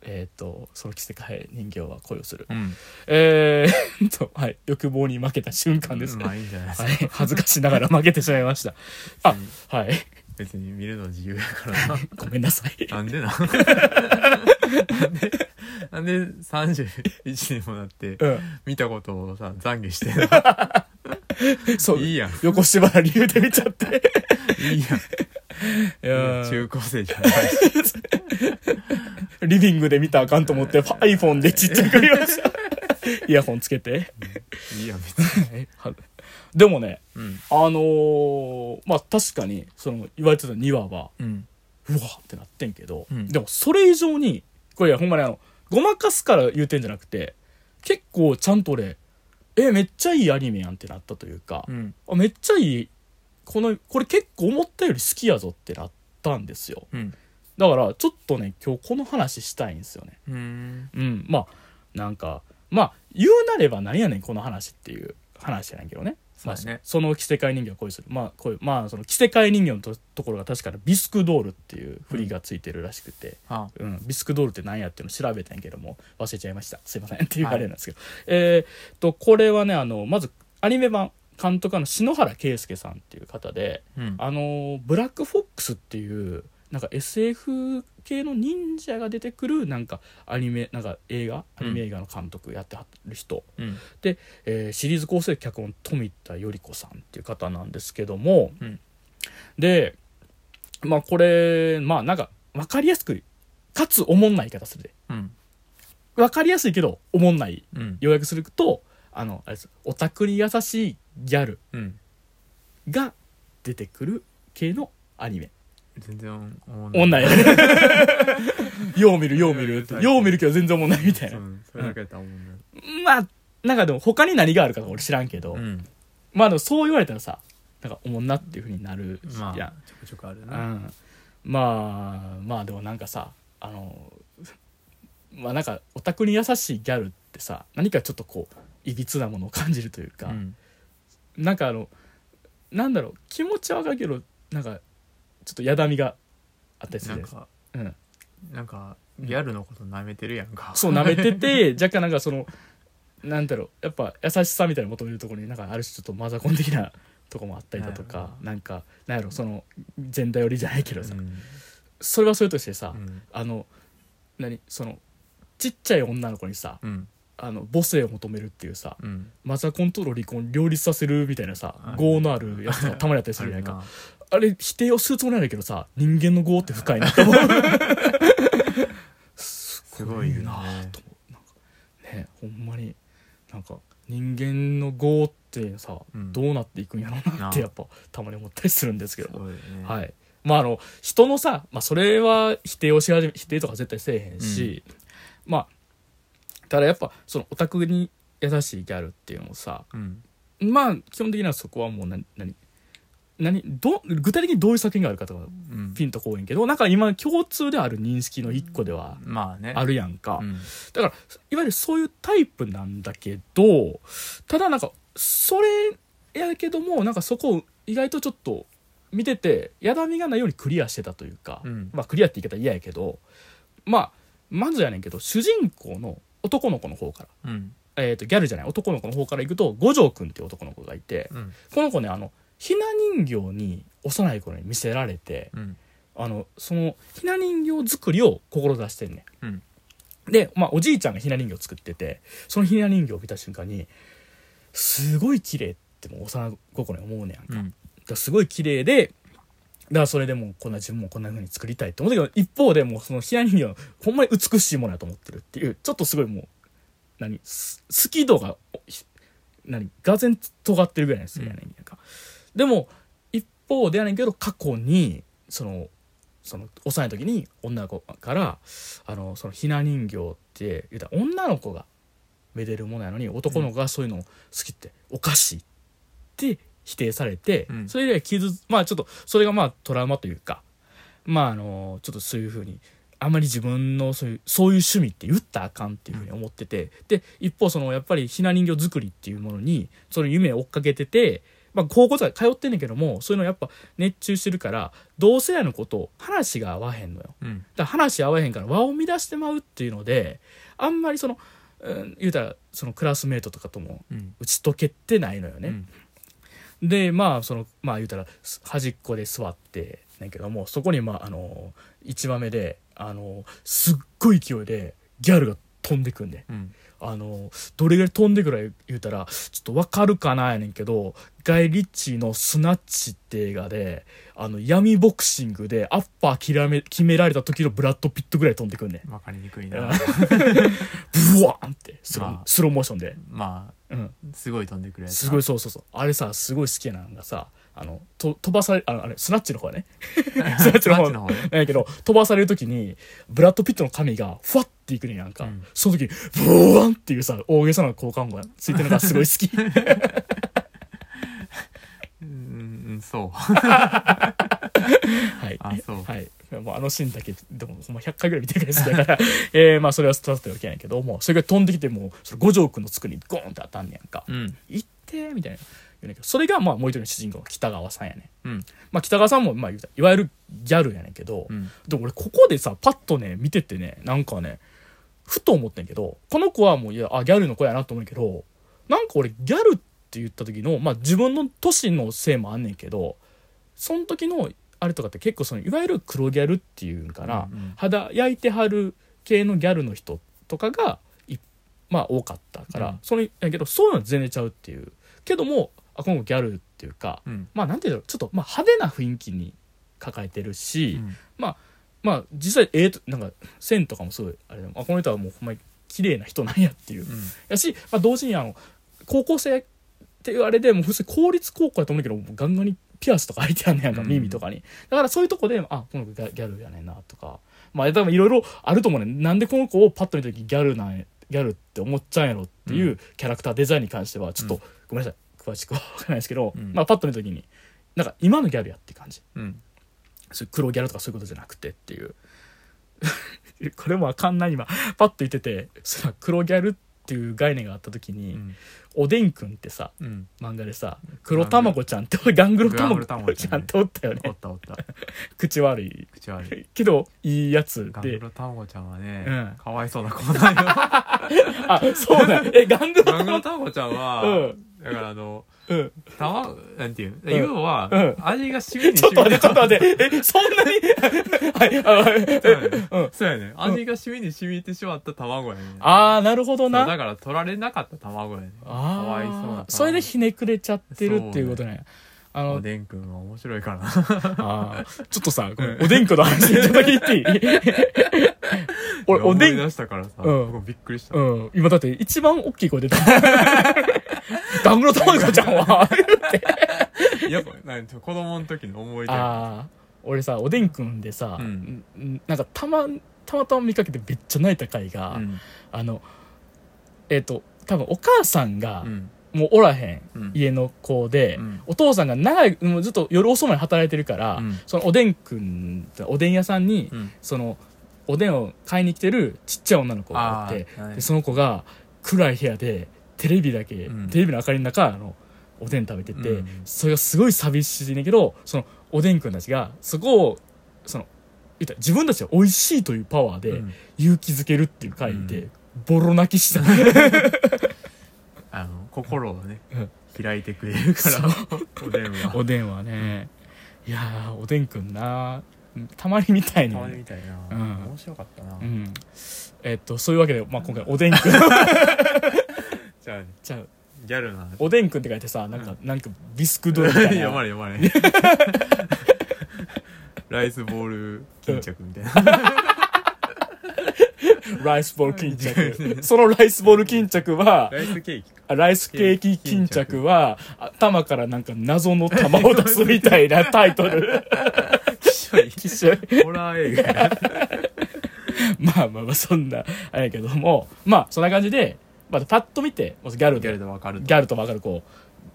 [SPEAKER 1] えっ、と「その奇跡はい人形は恋をする
[SPEAKER 2] うん。」
[SPEAKER 1] えー、と、 はい、欲望に負けた瞬間ですね、
[SPEAKER 2] まあいいんじゃないです
[SPEAKER 1] は
[SPEAKER 2] か。
[SPEAKER 1] い、恥ずかしながら負けてしまいましたあはい
[SPEAKER 2] 別に見るの自由やから な。
[SPEAKER 1] ごめんなさい
[SPEAKER 2] なんでななんで、なんで31にもなって、
[SPEAKER 1] う
[SPEAKER 2] 見たことをさ、懺悔してんの
[SPEAKER 1] んそう
[SPEAKER 2] いいやん。
[SPEAKER 1] 横芝原理由で見ちゃって
[SPEAKER 2] いい
[SPEAKER 1] い
[SPEAKER 2] や
[SPEAKER 1] や
[SPEAKER 2] ん。
[SPEAKER 1] ー
[SPEAKER 2] 中高生じゃない。
[SPEAKER 1] リビングで見たらあかんと思って iPhone でちっちゃく見ました イヤホンつけて
[SPEAKER 2] いいやん、 別に。
[SPEAKER 1] はいでもね
[SPEAKER 2] うん。
[SPEAKER 1] あのーまあ確かにその言われてた2話は
[SPEAKER 2] うん。
[SPEAKER 1] うわってなってんけど、
[SPEAKER 2] うん
[SPEAKER 1] でもそれ以上にこれいやほんまにあのごまかすから言うてんじゃなくて結構ちゃんと俺えめっちゃいいアニメやんってなったというか、
[SPEAKER 2] うん。
[SPEAKER 1] あめっちゃいいこのこれ結構思ったより好きやぞってなったんですよ
[SPEAKER 2] うん。
[SPEAKER 1] だからちょっとね今日この話したいんですよね
[SPEAKER 2] うん。
[SPEAKER 1] うんまあなんかまあ言うなれば何やねんこの話っていう話やねんけどね
[SPEAKER 2] そうだね
[SPEAKER 1] まあ、その着せ替え人形は恋するまあこういうまあその着せ替え人形のとところが確かにビスクドールっていう振りがついてるらしくて、
[SPEAKER 2] あ
[SPEAKER 1] うんビスクドールって何やっていうの調べたんやけども忘れちゃいましたすいませんっていうあれなんですけど、えーっとこれはねあのまずアニメ版監督はあの篠原圭介さんっていう方で、
[SPEAKER 2] うん。
[SPEAKER 1] あのブラックフォックスっていうなんか SF 系の忍者が出てくるなんかアニメなんか映画アニメ映画の監督やってはる人、
[SPEAKER 2] うん。
[SPEAKER 1] えーシリーズ構成脚本富田頼子さんっていう方なんですけども、
[SPEAKER 2] うん
[SPEAKER 1] でまあこれまあなんか分かりやすくかつおもんない言い方するで
[SPEAKER 2] うん。
[SPEAKER 1] 分かりやすいけどおもんない
[SPEAKER 2] うん。
[SPEAKER 1] 要約するとあのあれですオタクに優しいギャル
[SPEAKER 2] うん。
[SPEAKER 1] が出てくる系のアニメ
[SPEAKER 2] 全然おもん
[SPEAKER 1] おん
[SPEAKER 2] い。
[SPEAKER 1] ない よう見るよう見るってよう見るけど全然おもんないみたいな
[SPEAKER 2] そうそれだけやったらおもんない。
[SPEAKER 1] まあなんかでも他に何があるかとか俺知らんけど、
[SPEAKER 2] うん。
[SPEAKER 1] まあでもそう言われたらさなんかおもんなっていうふうになるし、
[SPEAKER 2] ま
[SPEAKER 1] いや
[SPEAKER 2] あ、ちょくちょくある
[SPEAKER 1] う
[SPEAKER 2] な。
[SPEAKER 1] ん、まあまあでもなんかさあの まあなんかオタクに優しいギャルってさ何かちょっとこういびつなものを感じるというか、
[SPEAKER 2] うん。
[SPEAKER 1] なんかあのなんだろう気持ちはわかるけどなんかちょっとやだみがあったりす
[SPEAKER 2] な
[SPEAKER 1] る
[SPEAKER 2] ん
[SPEAKER 1] じゃないですか
[SPEAKER 2] か、
[SPEAKER 1] うん、
[SPEAKER 2] なんか、ギャルのこと舐めてるやんか。
[SPEAKER 1] そう舐めてて 若干なんかそのなんだろうやっぱ優しさみたいなの求めるところになんかある種ちょっとマザコン的なとこもあったりだとかなんかなんやろその全体寄りじゃないけどさ、
[SPEAKER 2] うん。
[SPEAKER 1] それはそれとしてさ、
[SPEAKER 2] うん。
[SPEAKER 1] あの何そのちっちゃい女の子にさ
[SPEAKER 2] うん。
[SPEAKER 1] あの母性を求めるっていうさ
[SPEAKER 2] うん。
[SPEAKER 1] マザコンとロリコン両立させるみたいなさ
[SPEAKER 2] あ
[SPEAKER 1] 業のあるやつがたまにあったりするじゃないか
[SPEAKER 2] あ
[SPEAKER 1] あれ否定をするつもりなんだけどさ人間の業って深いなと思うす
[SPEAKER 2] ごいよね
[SPEAKER 1] なぁと思うなんかねほんまになんか人間の業ってさ、
[SPEAKER 2] うん
[SPEAKER 1] どうなっていくんやろうなって
[SPEAKER 2] なあ
[SPEAKER 1] やっぱたまに思ったりするんですけ
[SPEAKER 2] るな
[SPEAKER 1] ど
[SPEAKER 2] すごいよね。
[SPEAKER 1] はい。まああの、人のさ、まあそれは否定をし始め、否定とか絶対せえへんし、まあ、ただやっぱそのオタクに優しいギャルっていうのもさ、
[SPEAKER 2] うん。
[SPEAKER 1] まあ基本的にはそこはもう何、何、何、ど、具体的にどういう作品があるかとか
[SPEAKER 2] うん。
[SPEAKER 1] ピンとこうへんけど、なんか今共通である認識の一個では
[SPEAKER 2] まあね。
[SPEAKER 1] あるやんか。
[SPEAKER 2] うん。
[SPEAKER 1] だから、いわゆるそういうタイプなんだけど、ただなんか、それやけども、なんかそこを意外とちょっと見てて、やだみがないようにクリアしてたというか、
[SPEAKER 2] うん
[SPEAKER 1] まあクリアって言い方嫌やけど、まあ、まずやねんけど、主人公の男の子の方から、
[SPEAKER 2] うん。
[SPEAKER 1] えっ、と、ギャルじゃない、男の子の方から行くと、五条くんっていう男の子がいて、
[SPEAKER 2] うん。
[SPEAKER 1] この子ね、あの、ひな人形に幼い頃に見せられて、
[SPEAKER 2] うん。
[SPEAKER 1] あのそのひな人形作りを志してんね、
[SPEAKER 2] うん
[SPEAKER 1] で、まあ、おじいちゃんがひな人形作っててそのひな人形を見た瞬間にすごい綺麗ってもう幼心に思うねやんか,、
[SPEAKER 2] う
[SPEAKER 1] だか
[SPEAKER 2] ん。
[SPEAKER 1] らすごい綺麗でだからそれでもうこんな自分もこんな風に作りたいって思うけど一方でもうそのひな人形はほんまに美しいものやと思ってるっていうちょっとすごいもう何す好き度がおひ何がぜん尖ってるぐらいなんですよ、
[SPEAKER 2] うん
[SPEAKER 1] やねんかでも一方でやねんけど過去にそのその幼い時に女の子からあのそのひな人形って言うたら女の子がめでるものやのに男の子がそういうの好きっておかしいって否定されて、
[SPEAKER 2] うん
[SPEAKER 1] それで傷つまあちょっとそれがまあトラウマというかまああのちょっとそういうふうにあまり自分のそういうそういう趣味って言ったらあかんっていうふうに思ってて、で一方そのやっぱりひな人形作りっていうものにその夢を追っかけてて、まあ、高校とか通ってんねんけどもそういうのやっぱ熱中してるから同世代の子と話が合わへんのよ。
[SPEAKER 2] うん
[SPEAKER 1] だから話合わへんから輪を乱してまうっていうのであんまりその、うん、言うたらそのクラスメートとかとも
[SPEAKER 2] うん
[SPEAKER 1] 打ち解けてないのよ
[SPEAKER 2] う
[SPEAKER 1] ね。
[SPEAKER 2] ん
[SPEAKER 1] でまあそのまあ言うたらす端っこで座ってなんやけどもそこにまああの一番目であのすっごい勢いでギャルが飛んでくんで
[SPEAKER 2] うん
[SPEAKER 1] あのどれぐらい飛んでくるか言うたらちょっとわかるかなやねんけどガイ・リッチーの「スナッチ」って映画であの闇ボクシングでアッパー決め決められた時のブラッド・ピットぐらい飛んでくんねん
[SPEAKER 2] わかりにくい
[SPEAKER 1] ブ
[SPEAKER 2] な
[SPEAKER 1] ワーンってスロ
[SPEAKER 2] あ
[SPEAKER 1] スローモーションで、
[SPEAKER 2] ま
[SPEAKER 1] うん、
[SPEAKER 2] あすごい飛んでくるやつ
[SPEAKER 1] すごいそうそうそうあれさすごい好きなのがさあのと飛ばされああれスナッチの方や ねスナッチの
[SPEAKER 2] マ
[SPEAKER 1] 方
[SPEAKER 2] ッチの方ね
[SPEAKER 1] なんやけど飛ばされる時にブラッド・ピットの髪がふわっていくねんやんか、
[SPEAKER 2] うん
[SPEAKER 1] その時にブワンっていうさ大げさな好感度がついてるのがすごい 好き
[SPEAKER 2] うんうん そう
[SPEAKER 1] はい
[SPEAKER 2] あそう
[SPEAKER 1] はいもうあのシーンだけでもほんま100回ぐらい見てるからい好きだから えー、まあそれは伝わってるわけやねんけどもうそれが飛んできてもうその五条くんの作りにゴーンって当たんねやんか、
[SPEAKER 2] うん
[SPEAKER 1] 行ってみたいな言うねんけどそれがまあもう一人の主人公の北川さんやねん
[SPEAKER 2] うん
[SPEAKER 1] まあ、北川さんも、まあ、言うたらいわゆるギャルやねんけど、
[SPEAKER 2] うん
[SPEAKER 1] でも俺ここでさパッとね見ててねなんかねふと思ってんけどこの子はもういやあギャルの子やなと思うけどなんか俺ギャルって言った時の、まあ、自分の年のせいもあんねんけどその時のあれとかって結構そのいわゆる黒ギャルっていうんかな、
[SPEAKER 2] うんうん
[SPEAKER 1] 肌焼いてはる系のギャルの人とかがいまあ多かったから、
[SPEAKER 2] うん
[SPEAKER 1] それやけどそういうのは全然ちゃうっていうけどもあ今後ギャルっていうか
[SPEAKER 2] うん
[SPEAKER 1] まあなんていうのちょっとまあ派手な雰囲気に抱えてるし、まあ実際ええとなんか線とかもすごいあれでもあこの人はもうほんまに綺麗な人なんやっていう
[SPEAKER 2] うん
[SPEAKER 1] やし、まあ、同時にあの高校生っていうあれでもう普通に公立高校やと思うんだけどもうガンガンにピアスとか開いてあんねやんか
[SPEAKER 2] うん
[SPEAKER 1] 耳とかに、だからそういうとこであこの子ギャギャルやねんなとかまあ多分いろいろあると思うねんなんでこの子をパッと見た時ギャルなんやギャルって思っちゃうんやろっていううキャラクターデザインに関してはちょっと、
[SPEAKER 2] うん
[SPEAKER 1] ごめんなさい詳しくは分からないですけど、
[SPEAKER 2] うん
[SPEAKER 1] まあパッと見た時になんか今のギャルやって感じ
[SPEAKER 2] うん
[SPEAKER 1] そういう黒ギャルとかそういうことじゃなくてっていう これもあかんな今パッと言っててその黒ギャルっていう概念があった時
[SPEAKER 2] う
[SPEAKER 1] に、
[SPEAKER 2] ん
[SPEAKER 1] おでんくんってさ
[SPEAKER 2] うん
[SPEAKER 1] 漫画でさ黒たまごちゃんってガングロたま
[SPEAKER 2] ガングロたま
[SPEAKER 1] ご
[SPEAKER 2] ご
[SPEAKER 1] ち
[SPEAKER 2] ち
[SPEAKER 1] ゃ
[SPEAKER 2] ゃ
[SPEAKER 1] ん
[SPEAKER 2] ん
[SPEAKER 1] っ
[SPEAKER 2] ね
[SPEAKER 1] ておったよ
[SPEAKER 2] お
[SPEAKER 1] ね
[SPEAKER 2] ったおった
[SPEAKER 1] 口悪い
[SPEAKER 2] 口悪い
[SPEAKER 1] けどいいやつ
[SPEAKER 2] ガン
[SPEAKER 1] で
[SPEAKER 2] グロタンゴちゃんは
[SPEAKER 1] うん
[SPEAKER 2] ねかわいそうな子だ よ
[SPEAKER 1] あそうだえガングロ
[SPEAKER 2] ガ
[SPEAKER 1] た
[SPEAKER 2] ング
[SPEAKER 1] ま
[SPEAKER 2] ロ
[SPEAKER 1] ご
[SPEAKER 2] タンゴちゃん
[SPEAKER 1] う
[SPEAKER 2] はだからあの
[SPEAKER 1] うん
[SPEAKER 2] 卵なんていう要
[SPEAKER 1] う
[SPEAKER 2] は
[SPEAKER 1] ん
[SPEAKER 2] 味がしみに
[SPEAKER 1] ちょっ
[SPEAKER 2] し
[SPEAKER 1] と
[SPEAKER 2] み
[SPEAKER 1] 待って
[SPEAKER 2] に
[SPEAKER 1] ちょっと待ってえそんなに はいあはい
[SPEAKER 2] そうやね
[SPEAKER 1] うん
[SPEAKER 2] そうやね味がしみにしみてしまった卵やね
[SPEAKER 1] あーなるほど
[SPEAKER 2] そう
[SPEAKER 1] な
[SPEAKER 2] だから取られなかった卵やねかわいそうな
[SPEAKER 1] あ
[SPEAKER 2] 卵
[SPEAKER 1] あそれでひねくれちゃってるっていうことねあの
[SPEAKER 2] おでんくんは面白いからな
[SPEAKER 1] ああ、ちょっとさ、ごめん
[SPEAKER 2] うん
[SPEAKER 1] おでんこの話いただきってい い俺、おで
[SPEAKER 2] 思い
[SPEAKER 1] ん、
[SPEAKER 2] 出したからさ
[SPEAKER 1] うん
[SPEAKER 2] 僕びっくりした
[SPEAKER 1] うん、今だって一番大きい声 出た。ガングロタマゴちゃんは
[SPEAKER 2] やっぱなんて子供の時の思い出
[SPEAKER 1] ああ、俺さ、おでんくんでさ、
[SPEAKER 2] うん
[SPEAKER 1] んなんかたま、たまたま見かけてめっちゃ泣いた回が、
[SPEAKER 2] うん
[SPEAKER 1] あの、えっ、と、多分お母さんが
[SPEAKER 2] う、ん
[SPEAKER 1] もうおらへん
[SPEAKER 2] うん
[SPEAKER 1] 家の子で、
[SPEAKER 2] うん
[SPEAKER 1] お父さんが長い、もうずっと夜遅まで働いてるから、
[SPEAKER 2] うん
[SPEAKER 1] そのおでんくん、おでん屋さんに、
[SPEAKER 2] うん
[SPEAKER 1] そのおでんを買いに来てるちっちゃい女の子がおって、
[SPEAKER 2] あーはい
[SPEAKER 1] でその子が暗い部屋でテレビだけ、
[SPEAKER 2] うん
[SPEAKER 1] テレビの明かりの中あのおでん食べてて、
[SPEAKER 2] うん
[SPEAKER 1] それがすごい寂しいねんだけどそのおでんくんたちがそこをその言ったら自分たちが美味しいというパワー
[SPEAKER 2] う
[SPEAKER 1] で
[SPEAKER 2] ん
[SPEAKER 1] 勇気づけるっていう回で、
[SPEAKER 2] うん
[SPEAKER 1] ボロ泣きした
[SPEAKER 2] あの心をね
[SPEAKER 1] うん
[SPEAKER 2] 開いてくれるから おでん は
[SPEAKER 1] おでんはね、いやーおでんくんなたまにみたいに
[SPEAKER 2] たまにみたいな
[SPEAKER 1] うん
[SPEAKER 2] 面白かったな
[SPEAKER 1] うんえっとそういうわけで、まあ、今回おでんくん
[SPEAKER 2] じゃあ
[SPEAKER 1] ちゃう
[SPEAKER 2] ギャルな
[SPEAKER 1] おでんくんって書いてさなんか、なんかビスクドみた い
[SPEAKER 2] 読ま
[SPEAKER 1] な
[SPEAKER 2] れ読まれ ライスボール巾着みたいな
[SPEAKER 1] ライスボール巾 着そのライスボール巾着は
[SPEAKER 2] ライスケーキか
[SPEAKER 1] あライスケーキ巾着は頭からなんか謎の玉を出すみたい なタイトル
[SPEAKER 2] きしょい
[SPEAKER 1] 一緒に
[SPEAKER 2] ホラー映画や
[SPEAKER 1] まあまあまあそんなあれやけどもまあそんな感じで、まあ、パッと見てまずギャル
[SPEAKER 2] ギ
[SPEAKER 1] で
[SPEAKER 2] ャルでわかる
[SPEAKER 1] ギャルと分かる子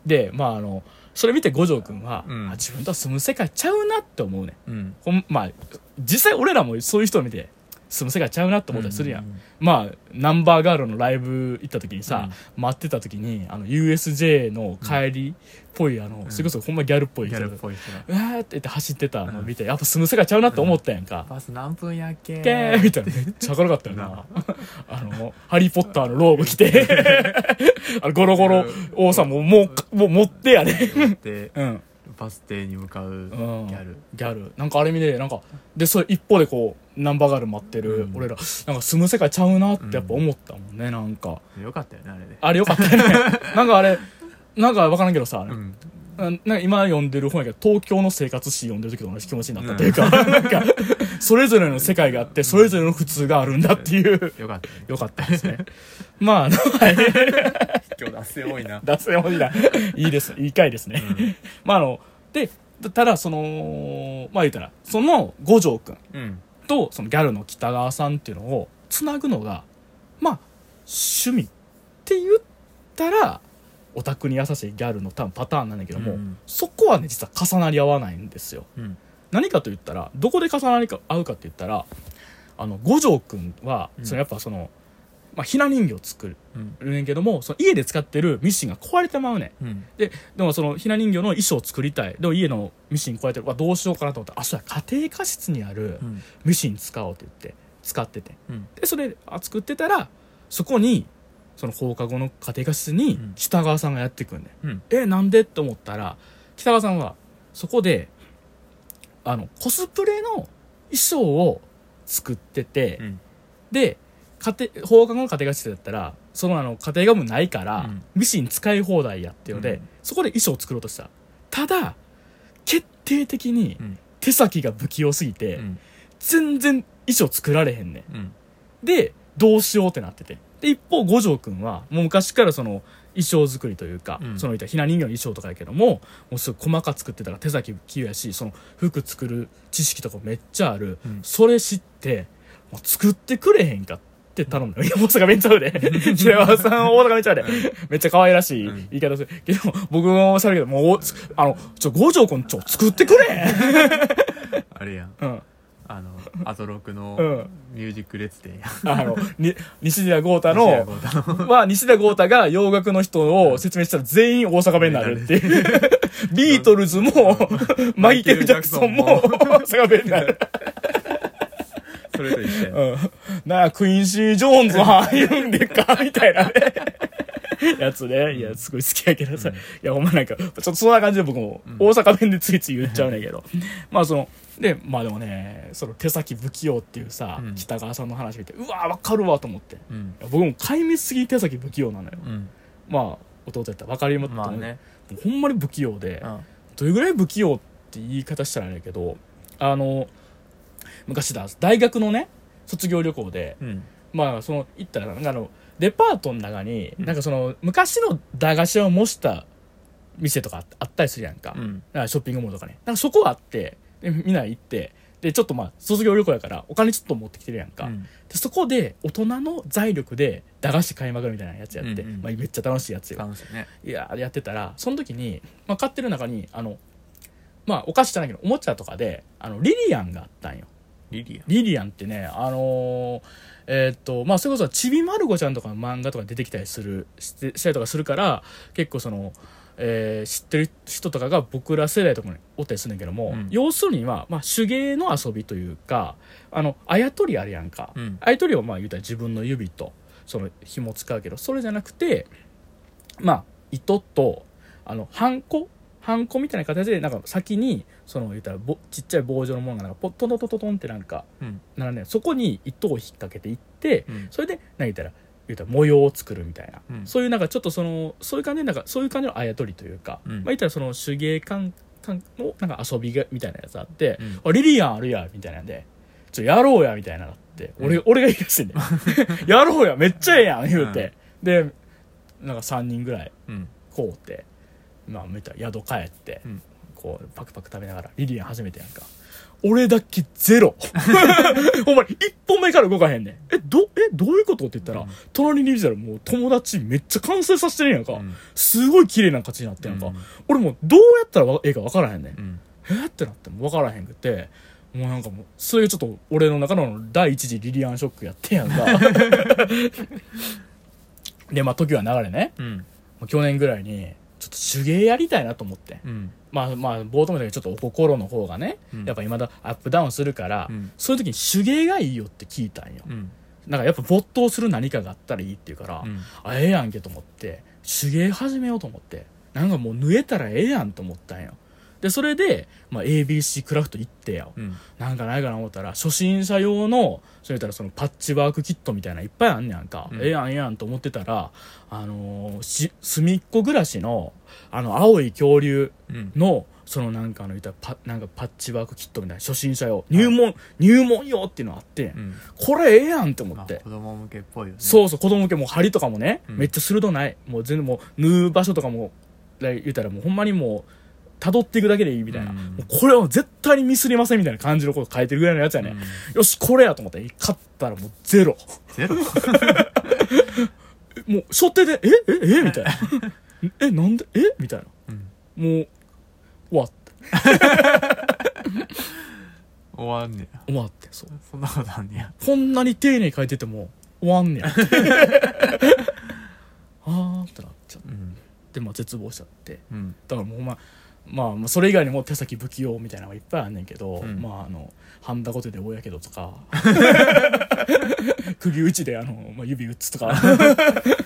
[SPEAKER 1] でまああのそれ見て五条くんは、
[SPEAKER 2] うん
[SPEAKER 1] あ自分とは住む世界ちゃうなって思うね
[SPEAKER 2] うん
[SPEAKER 1] ほんまあ実際俺らもそういう人を見て住む世界ちゃうなって思ったりするやん、
[SPEAKER 2] うん
[SPEAKER 1] まあナンバーガールのライブ行った時にさ、
[SPEAKER 2] う
[SPEAKER 1] 待ってた時にあの USJ の帰りっぽいあの、
[SPEAKER 2] ん
[SPEAKER 1] それこそほんまギャルっぽい
[SPEAKER 2] ギ
[SPEAKER 1] 人
[SPEAKER 2] ャ
[SPEAKER 1] が
[SPEAKER 2] ルっぽい人が
[SPEAKER 1] うわーって言って走ってたの見て、やっぱ住む世界ちゃうなって思ったやんか、
[SPEAKER 2] バス何分やっけ
[SPEAKER 1] けーみたいなめっちゃ明るかったよなあの「ハリー・ポッター」のローブ着 てあのゴロゴロ王さんももうもう持ってやね
[SPEAKER 2] で
[SPEAKER 1] うん
[SPEAKER 2] バス停に向かうギ
[SPEAKER 1] ん
[SPEAKER 2] ャル
[SPEAKER 1] ギャルなんかあれ見てなんかでそれ一方でこうナンバーガール待ってる、
[SPEAKER 2] うん
[SPEAKER 1] 俺らなんか住む世界ちゃうなってやっぱ思ったもんね、なんか
[SPEAKER 2] よかったよねあれで
[SPEAKER 1] あれよかったね なんかあれなんかわからんけどさ、あれ
[SPEAKER 2] うん
[SPEAKER 1] ななんか今読んでる本やけど東京の生活史読んでる時と同じ気持ちになったというか、 なんかそれぞれの世界があってそれぞれの普通があるんだっていう
[SPEAKER 2] よかったね
[SPEAKER 1] よかったですね まああのはい
[SPEAKER 2] 今日脱線多いな
[SPEAKER 1] 脱線 本だいいですいい回ですね、まああのでただそのまあ言ったらその五条くん
[SPEAKER 2] うん
[SPEAKER 1] とそのギャルの北川さんっていうのをつなぐのがまあ趣味って言ったらオタクに優しいギャルの多分パターンなんだけども、
[SPEAKER 2] うん
[SPEAKER 1] そこはね実は重なり合わないんですよ
[SPEAKER 2] うん
[SPEAKER 1] 何かと言ったらどこで重なり合うかって言ったらあの五条くんは、
[SPEAKER 2] うん
[SPEAKER 1] そのやっぱその、まあ、ひな人形を作
[SPEAKER 2] うん
[SPEAKER 1] るねんけどもその家で使ってるミシンが壊れてまうねん
[SPEAKER 2] うん
[SPEAKER 1] ででもそのひな人形の衣装を作りたいでも家のミシン壊れてるわどうしようかなと思ったらあそうや家庭科室にある、
[SPEAKER 2] うん
[SPEAKER 1] ミシン使おうって言って使ってて
[SPEAKER 2] うん
[SPEAKER 1] でそれあ作ってたらそこにその放課後の家庭科室に
[SPEAKER 2] うん
[SPEAKER 1] 北川さんがやってくんで、
[SPEAKER 2] うん
[SPEAKER 1] えなんでって思ったら北川さんはそこであのコスプレの衣装を作ってて、
[SPEAKER 2] うん
[SPEAKER 1] で家庭放課後の家庭科室だったらそのあの家庭がもうないから、
[SPEAKER 2] うん
[SPEAKER 1] ミシン使い放題やっていうので、
[SPEAKER 2] うん
[SPEAKER 1] そこで衣装を作ろうとしたただ決定的に
[SPEAKER 2] うん
[SPEAKER 1] 手先が不器用すぎて、
[SPEAKER 2] うん
[SPEAKER 1] 全然衣装作られへんね
[SPEAKER 2] うん
[SPEAKER 1] ん。で、どうしようってなってて。で、一方、五条くんは、もう昔からその、衣装作りというか、
[SPEAKER 2] うん
[SPEAKER 1] その、ひな人形の衣装とかやけども、もうすごい細か作ってたら手先不器用やし、その、服作る知識とかめっちゃある。
[SPEAKER 2] うん
[SPEAKER 1] それ知って、もう作ってくれへんかって頼むの。 いや、大阪弁ちゃう で。平和さん大阪弁ちゃうで。めっちゃ可愛らしい
[SPEAKER 2] うん
[SPEAKER 1] 言い方する。けど、僕もおしゃべるけど、もうお、あの、ちょ、五条くん、ちょ、作ってくれ
[SPEAKER 2] あれやん
[SPEAKER 1] うん。
[SPEAKER 2] あのアトロクの
[SPEAKER 1] うん
[SPEAKER 2] ミュージック列伝や
[SPEAKER 1] あの、に、西田豪太 の、
[SPEAKER 2] 西田剛太の
[SPEAKER 1] は西田豪太が洋楽の人を説明したら全員大阪弁になるっていうビートルズもマイケル・ジャクソンも大阪弁になる、
[SPEAKER 2] それと一緒やん
[SPEAKER 1] うん、なあクインシー・ジョーンズは歩んでっか みたいなねやつねいやすごい好きやけどさ、いやほんまなんかちょっとそんな感じで僕も大阪弁でついつい言っちゃうねんけど、まあそのでまあでもねその手先不器用っていうさ、
[SPEAKER 2] うん
[SPEAKER 1] 北川さんの話見てうわわかるわと思ってい
[SPEAKER 2] うん
[SPEAKER 1] や僕も壊滅的に手先不器用なのよ
[SPEAKER 2] うん
[SPEAKER 1] まあ弟やったら分かります
[SPEAKER 2] まあね
[SPEAKER 1] ほんまに不器用で、
[SPEAKER 2] うん
[SPEAKER 1] どれぐらい不器用って言い方したらあれやけどあの昔だ大学のね卒業旅行で
[SPEAKER 2] うん
[SPEAKER 1] まあその行ったらなんかあのデパートの中に、なんかその昔の駄菓子屋を模した店とかああったりするやんか,、
[SPEAKER 2] うん
[SPEAKER 1] ショッピングモールとかねなんかそこあってでみんな行ってでちょっとまあ卒業旅行やからお金ちょっと持ってきてるやんか、
[SPEAKER 2] うん
[SPEAKER 1] でそこで大人の財力で駄菓子買いまくるみたいなやつやって、
[SPEAKER 2] うんうん
[SPEAKER 1] まあ、めっちゃ楽しいやつよ
[SPEAKER 2] 楽しいね
[SPEAKER 1] いややってたらその時に、まあ、買ってる中にあのまあお菓子じゃないけどおもちゃとかであのリリアンがあったんよ
[SPEAKER 2] リリア
[SPEAKER 1] リリアンってねあのーえーっとまあそれこそちびまる子ちゃんとかの漫画とかに出てきたりするしてしたりとかするから結構その、えー知ってる人とかが僕ら世代とかにおったりするんだけども、
[SPEAKER 2] うん
[SPEAKER 1] 要するには、まあ、手芸の遊びというかあのあやとりあるやんか、
[SPEAKER 2] うん
[SPEAKER 1] あやとりをまあ言うたら自分の指とその紐使うけどそれじゃなくてまあ糸とあのハンコハンコみたいな形でなんか先にその言ったらぼちっちゃい棒状のものがなんかポットントントントンってなんか
[SPEAKER 2] うん
[SPEAKER 1] ならねそこに糸を引っ掛けていって
[SPEAKER 2] うん
[SPEAKER 1] それで何言ったら言ったら模様を作るみたいな、
[SPEAKER 2] うん
[SPEAKER 1] そういうなんかちょっとそのそういう感じでなんかそういう感じのあやとりというか、
[SPEAKER 2] うん
[SPEAKER 1] まあ言ったらその手芸感感のなんか遊びがみたいなやつあって、
[SPEAKER 2] うん
[SPEAKER 1] あリリアンあるやんみたいなんでちょやろうやみたいなのあって俺,、
[SPEAKER 2] う
[SPEAKER 1] 俺が言い出してんね やろうやめっちゃええやん言うて、でなんか3人ぐらい
[SPEAKER 2] うん
[SPEAKER 1] こうってまあめったら宿帰って、
[SPEAKER 2] うん
[SPEAKER 1] こうパクパク食べながらリリアン初めてやんか俺だけゼ ロほんまに一歩目から動かへんねんえどえどういうことって言ったら、
[SPEAKER 2] うん
[SPEAKER 1] 隣にいるじゃんもう友達めっちゃ完成させてるやんか、
[SPEAKER 2] うん
[SPEAKER 1] すごい綺麗な形になってやんか、
[SPEAKER 2] うん
[SPEAKER 1] 俺もうどうやったらわええか分からへんねん、
[SPEAKER 2] うん
[SPEAKER 1] えーってなっても分からへんくてもうなんかもう、それがちょっと俺の中の第一次リリアンショックやってんやんか。 で、まあ時は流れね。
[SPEAKER 2] うん
[SPEAKER 1] もう去年ぐらいに、ちょっと手芸やりたいなと思って。
[SPEAKER 2] うん
[SPEAKER 1] まあまあ、冒頭も言ったけど、ちょっとお心の方がね、
[SPEAKER 2] うん
[SPEAKER 1] やっぱ未だアップダウンするから、
[SPEAKER 2] うん
[SPEAKER 1] そういう時に手芸がいいよって聞いたんよ。
[SPEAKER 2] うん
[SPEAKER 1] なんかやっぱ没頭する何かがあったらいいっていうから、
[SPEAKER 2] うん
[SPEAKER 1] あ、ええやんけと思って、手芸始めようと思って、なんかもう縫えたらええやんと思ったんよ。で、それで、まあ ABC クラフト行ってや。
[SPEAKER 2] うん
[SPEAKER 1] なんかないかな思ったら、初心者用の、それたらそのパッチワークキットみたいなのいっぱいあんねやんか。
[SPEAKER 2] うん
[SPEAKER 1] ええやんええやんと思ってたら、あのーし、隅っこ暮らしの、あの、青い恐竜
[SPEAKER 2] うん
[SPEAKER 1] の、そのなんかあの、言ったらパ、なんかパッチワークキットみたいな、初心者用、入門、入門用っていうのあってん、
[SPEAKER 2] うん
[SPEAKER 1] これええやんって思
[SPEAKER 2] ま
[SPEAKER 1] っ
[SPEAKER 2] あ
[SPEAKER 1] て。
[SPEAKER 2] 子供向けっぽいよね
[SPEAKER 1] そうそう、子供向けもう針とかもね、
[SPEAKER 2] うん
[SPEAKER 1] めっちゃ鋭ない。もう全然もう、縫う場所とかも、来言うたらもうほんまにもう、辿っていくだけでいいみたいな。
[SPEAKER 2] うん
[SPEAKER 1] もうこれは絶対にミスりませんみたいな感じのこと書いてるぐらいのやつやね。
[SPEAKER 2] うん
[SPEAKER 1] よし、これやと思って、買ったらもうゼロ。
[SPEAKER 2] ゼロ
[SPEAKER 1] もう、初手で、えええみたいな。 え、なんでえみたいな。
[SPEAKER 2] うん
[SPEAKER 1] もう、終わって、
[SPEAKER 2] 終わんねや
[SPEAKER 1] 終わって、そう。
[SPEAKER 2] そんなことあんねや
[SPEAKER 1] こんなに丁寧に書いてても、終わん ねや。あーってなっちゃっ
[SPEAKER 2] うん
[SPEAKER 1] て、まあ絶望しちゃって。
[SPEAKER 2] うん
[SPEAKER 1] だからもうほんままあ、まあそれ以外にも手先不器用みたいなのがいっぱいあんねんけど、
[SPEAKER 2] うん
[SPEAKER 1] まああのハンダゴテで大やけどとか 釘打ちであの、まあ、指打つと か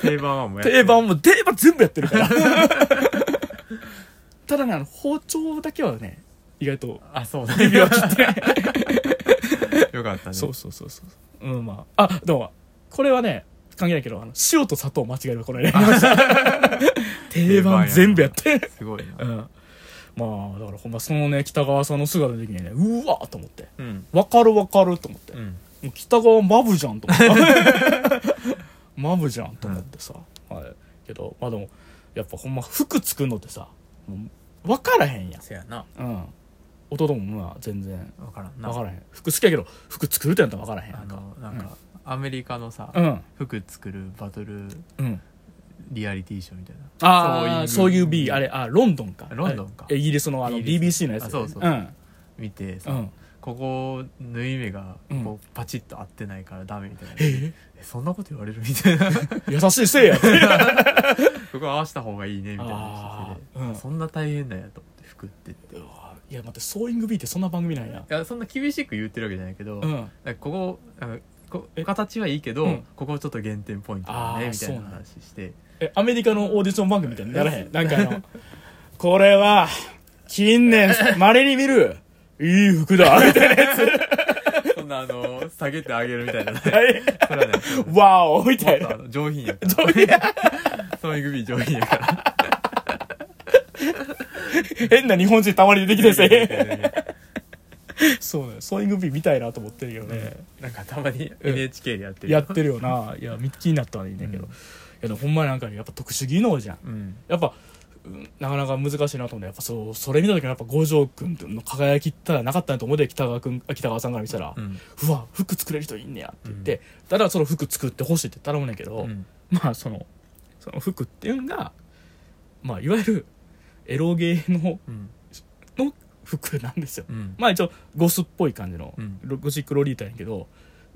[SPEAKER 2] 定番はもうやってる
[SPEAKER 1] 定番も定番全部やってるから ただねあの包丁だけはね意外と
[SPEAKER 2] あそうだ
[SPEAKER 1] 指は切ってない
[SPEAKER 2] よかったね
[SPEAKER 1] そうそうそうそううんまああでもこれはね関係ないけどあの塩と砂糖間違えればこれね 定番全部やって
[SPEAKER 2] すごいな
[SPEAKER 1] うんまあだからほんまそのね北川さんの姿の時にねうわーと思って
[SPEAKER 2] うん
[SPEAKER 1] わかるわかると思って、
[SPEAKER 2] う
[SPEAKER 1] も
[SPEAKER 2] ん
[SPEAKER 1] う北川マブじゃんと思って マブじゃんと思ってさ、はいけどまあでもやっぱほんま服作るのってさもう分からへんやん
[SPEAKER 2] せやな
[SPEAKER 1] うん弟もまあ全然
[SPEAKER 2] 分からんな
[SPEAKER 1] 分からへん服好きやけど服作るってなったら分からへんや
[SPEAKER 2] あ
[SPEAKER 1] んか
[SPEAKER 2] のなんかアメリカのさ
[SPEAKER 1] うん
[SPEAKER 2] 服作るバトル
[SPEAKER 1] うん
[SPEAKER 2] リアリティショーみたいな
[SPEAKER 1] ああ
[SPEAKER 2] そ
[SPEAKER 1] そうう
[SPEAKER 2] い
[SPEAKER 1] いうう B あれあロンドンか
[SPEAKER 2] ロンドンか
[SPEAKER 1] あれイギリスのあの
[SPEAKER 2] イギリ
[SPEAKER 1] BBC のやつ
[SPEAKER 2] あそうそう
[SPEAKER 1] うん
[SPEAKER 2] 見てさ、
[SPEAKER 1] うん
[SPEAKER 2] ここ縫い目が
[SPEAKER 1] うん
[SPEAKER 2] こうパチッと合ってないからダメみたいな、
[SPEAKER 1] え
[SPEAKER 2] えそんなこと言われるみたいな
[SPEAKER 1] 優しいせいや
[SPEAKER 2] ここ合わせた方がいいねみたいな
[SPEAKER 1] あ
[SPEAKER 2] 話
[SPEAKER 1] ーうん
[SPEAKER 2] でそんな大変だよと思って服ってってい
[SPEAKER 1] いや待ってソーイング B ってそんな番組なんや
[SPEAKER 2] やそんな厳しく言ってるわけじゃないけど、
[SPEAKER 1] う
[SPEAKER 2] だか
[SPEAKER 1] ん
[SPEAKER 2] らここあのこ
[SPEAKER 1] え
[SPEAKER 2] 形はいいけど、
[SPEAKER 1] うん
[SPEAKER 2] ここちょっと減点ポイントだ
[SPEAKER 1] あ
[SPEAKER 2] ね
[SPEAKER 1] ー
[SPEAKER 2] みたいな
[SPEAKER 1] そうなん
[SPEAKER 2] 話して
[SPEAKER 1] えアメリカのオーディション番組みたいにならへん なんかあのこれは近 年まれに見るいい服だ みたいなや
[SPEAKER 2] そんなあの下げてあげるみたい なね
[SPEAKER 1] つ
[SPEAKER 2] それはね
[SPEAKER 1] わおみた
[SPEAKER 2] もっ
[SPEAKER 1] い
[SPEAKER 2] とあ
[SPEAKER 1] な
[SPEAKER 2] の上品やから
[SPEAKER 1] どういう
[SPEAKER 2] そういう組上品 やから
[SPEAKER 1] 変な日本人たまに出てきて せそうねソーイング B 見たいなと思ってるけどね
[SPEAKER 2] なんかたまに NHK でやってる
[SPEAKER 1] やってるよないや気になったらいいねんけどいやでもほんまなんかやっぱ特殊技能じゃん
[SPEAKER 2] うん
[SPEAKER 1] やっぱうんなかなか難しいなと思ってやっぱそうそれ見た時のやっぱ五条君の輝きったらなかったなと思うで北川君あ北川さんから見たら、
[SPEAKER 2] うん
[SPEAKER 1] うわ服作れる人いんねやって言って、ただその服作ってほしいって頼むねんけど、
[SPEAKER 2] うん
[SPEAKER 1] まあそのその服っていうのがまあいわゆるエロゲーの
[SPEAKER 2] うん
[SPEAKER 1] の服なんですよ、
[SPEAKER 2] うん
[SPEAKER 1] まあ一応ゴスっぽい感じの、
[SPEAKER 2] うん
[SPEAKER 1] ロゴシックロリータやんけど、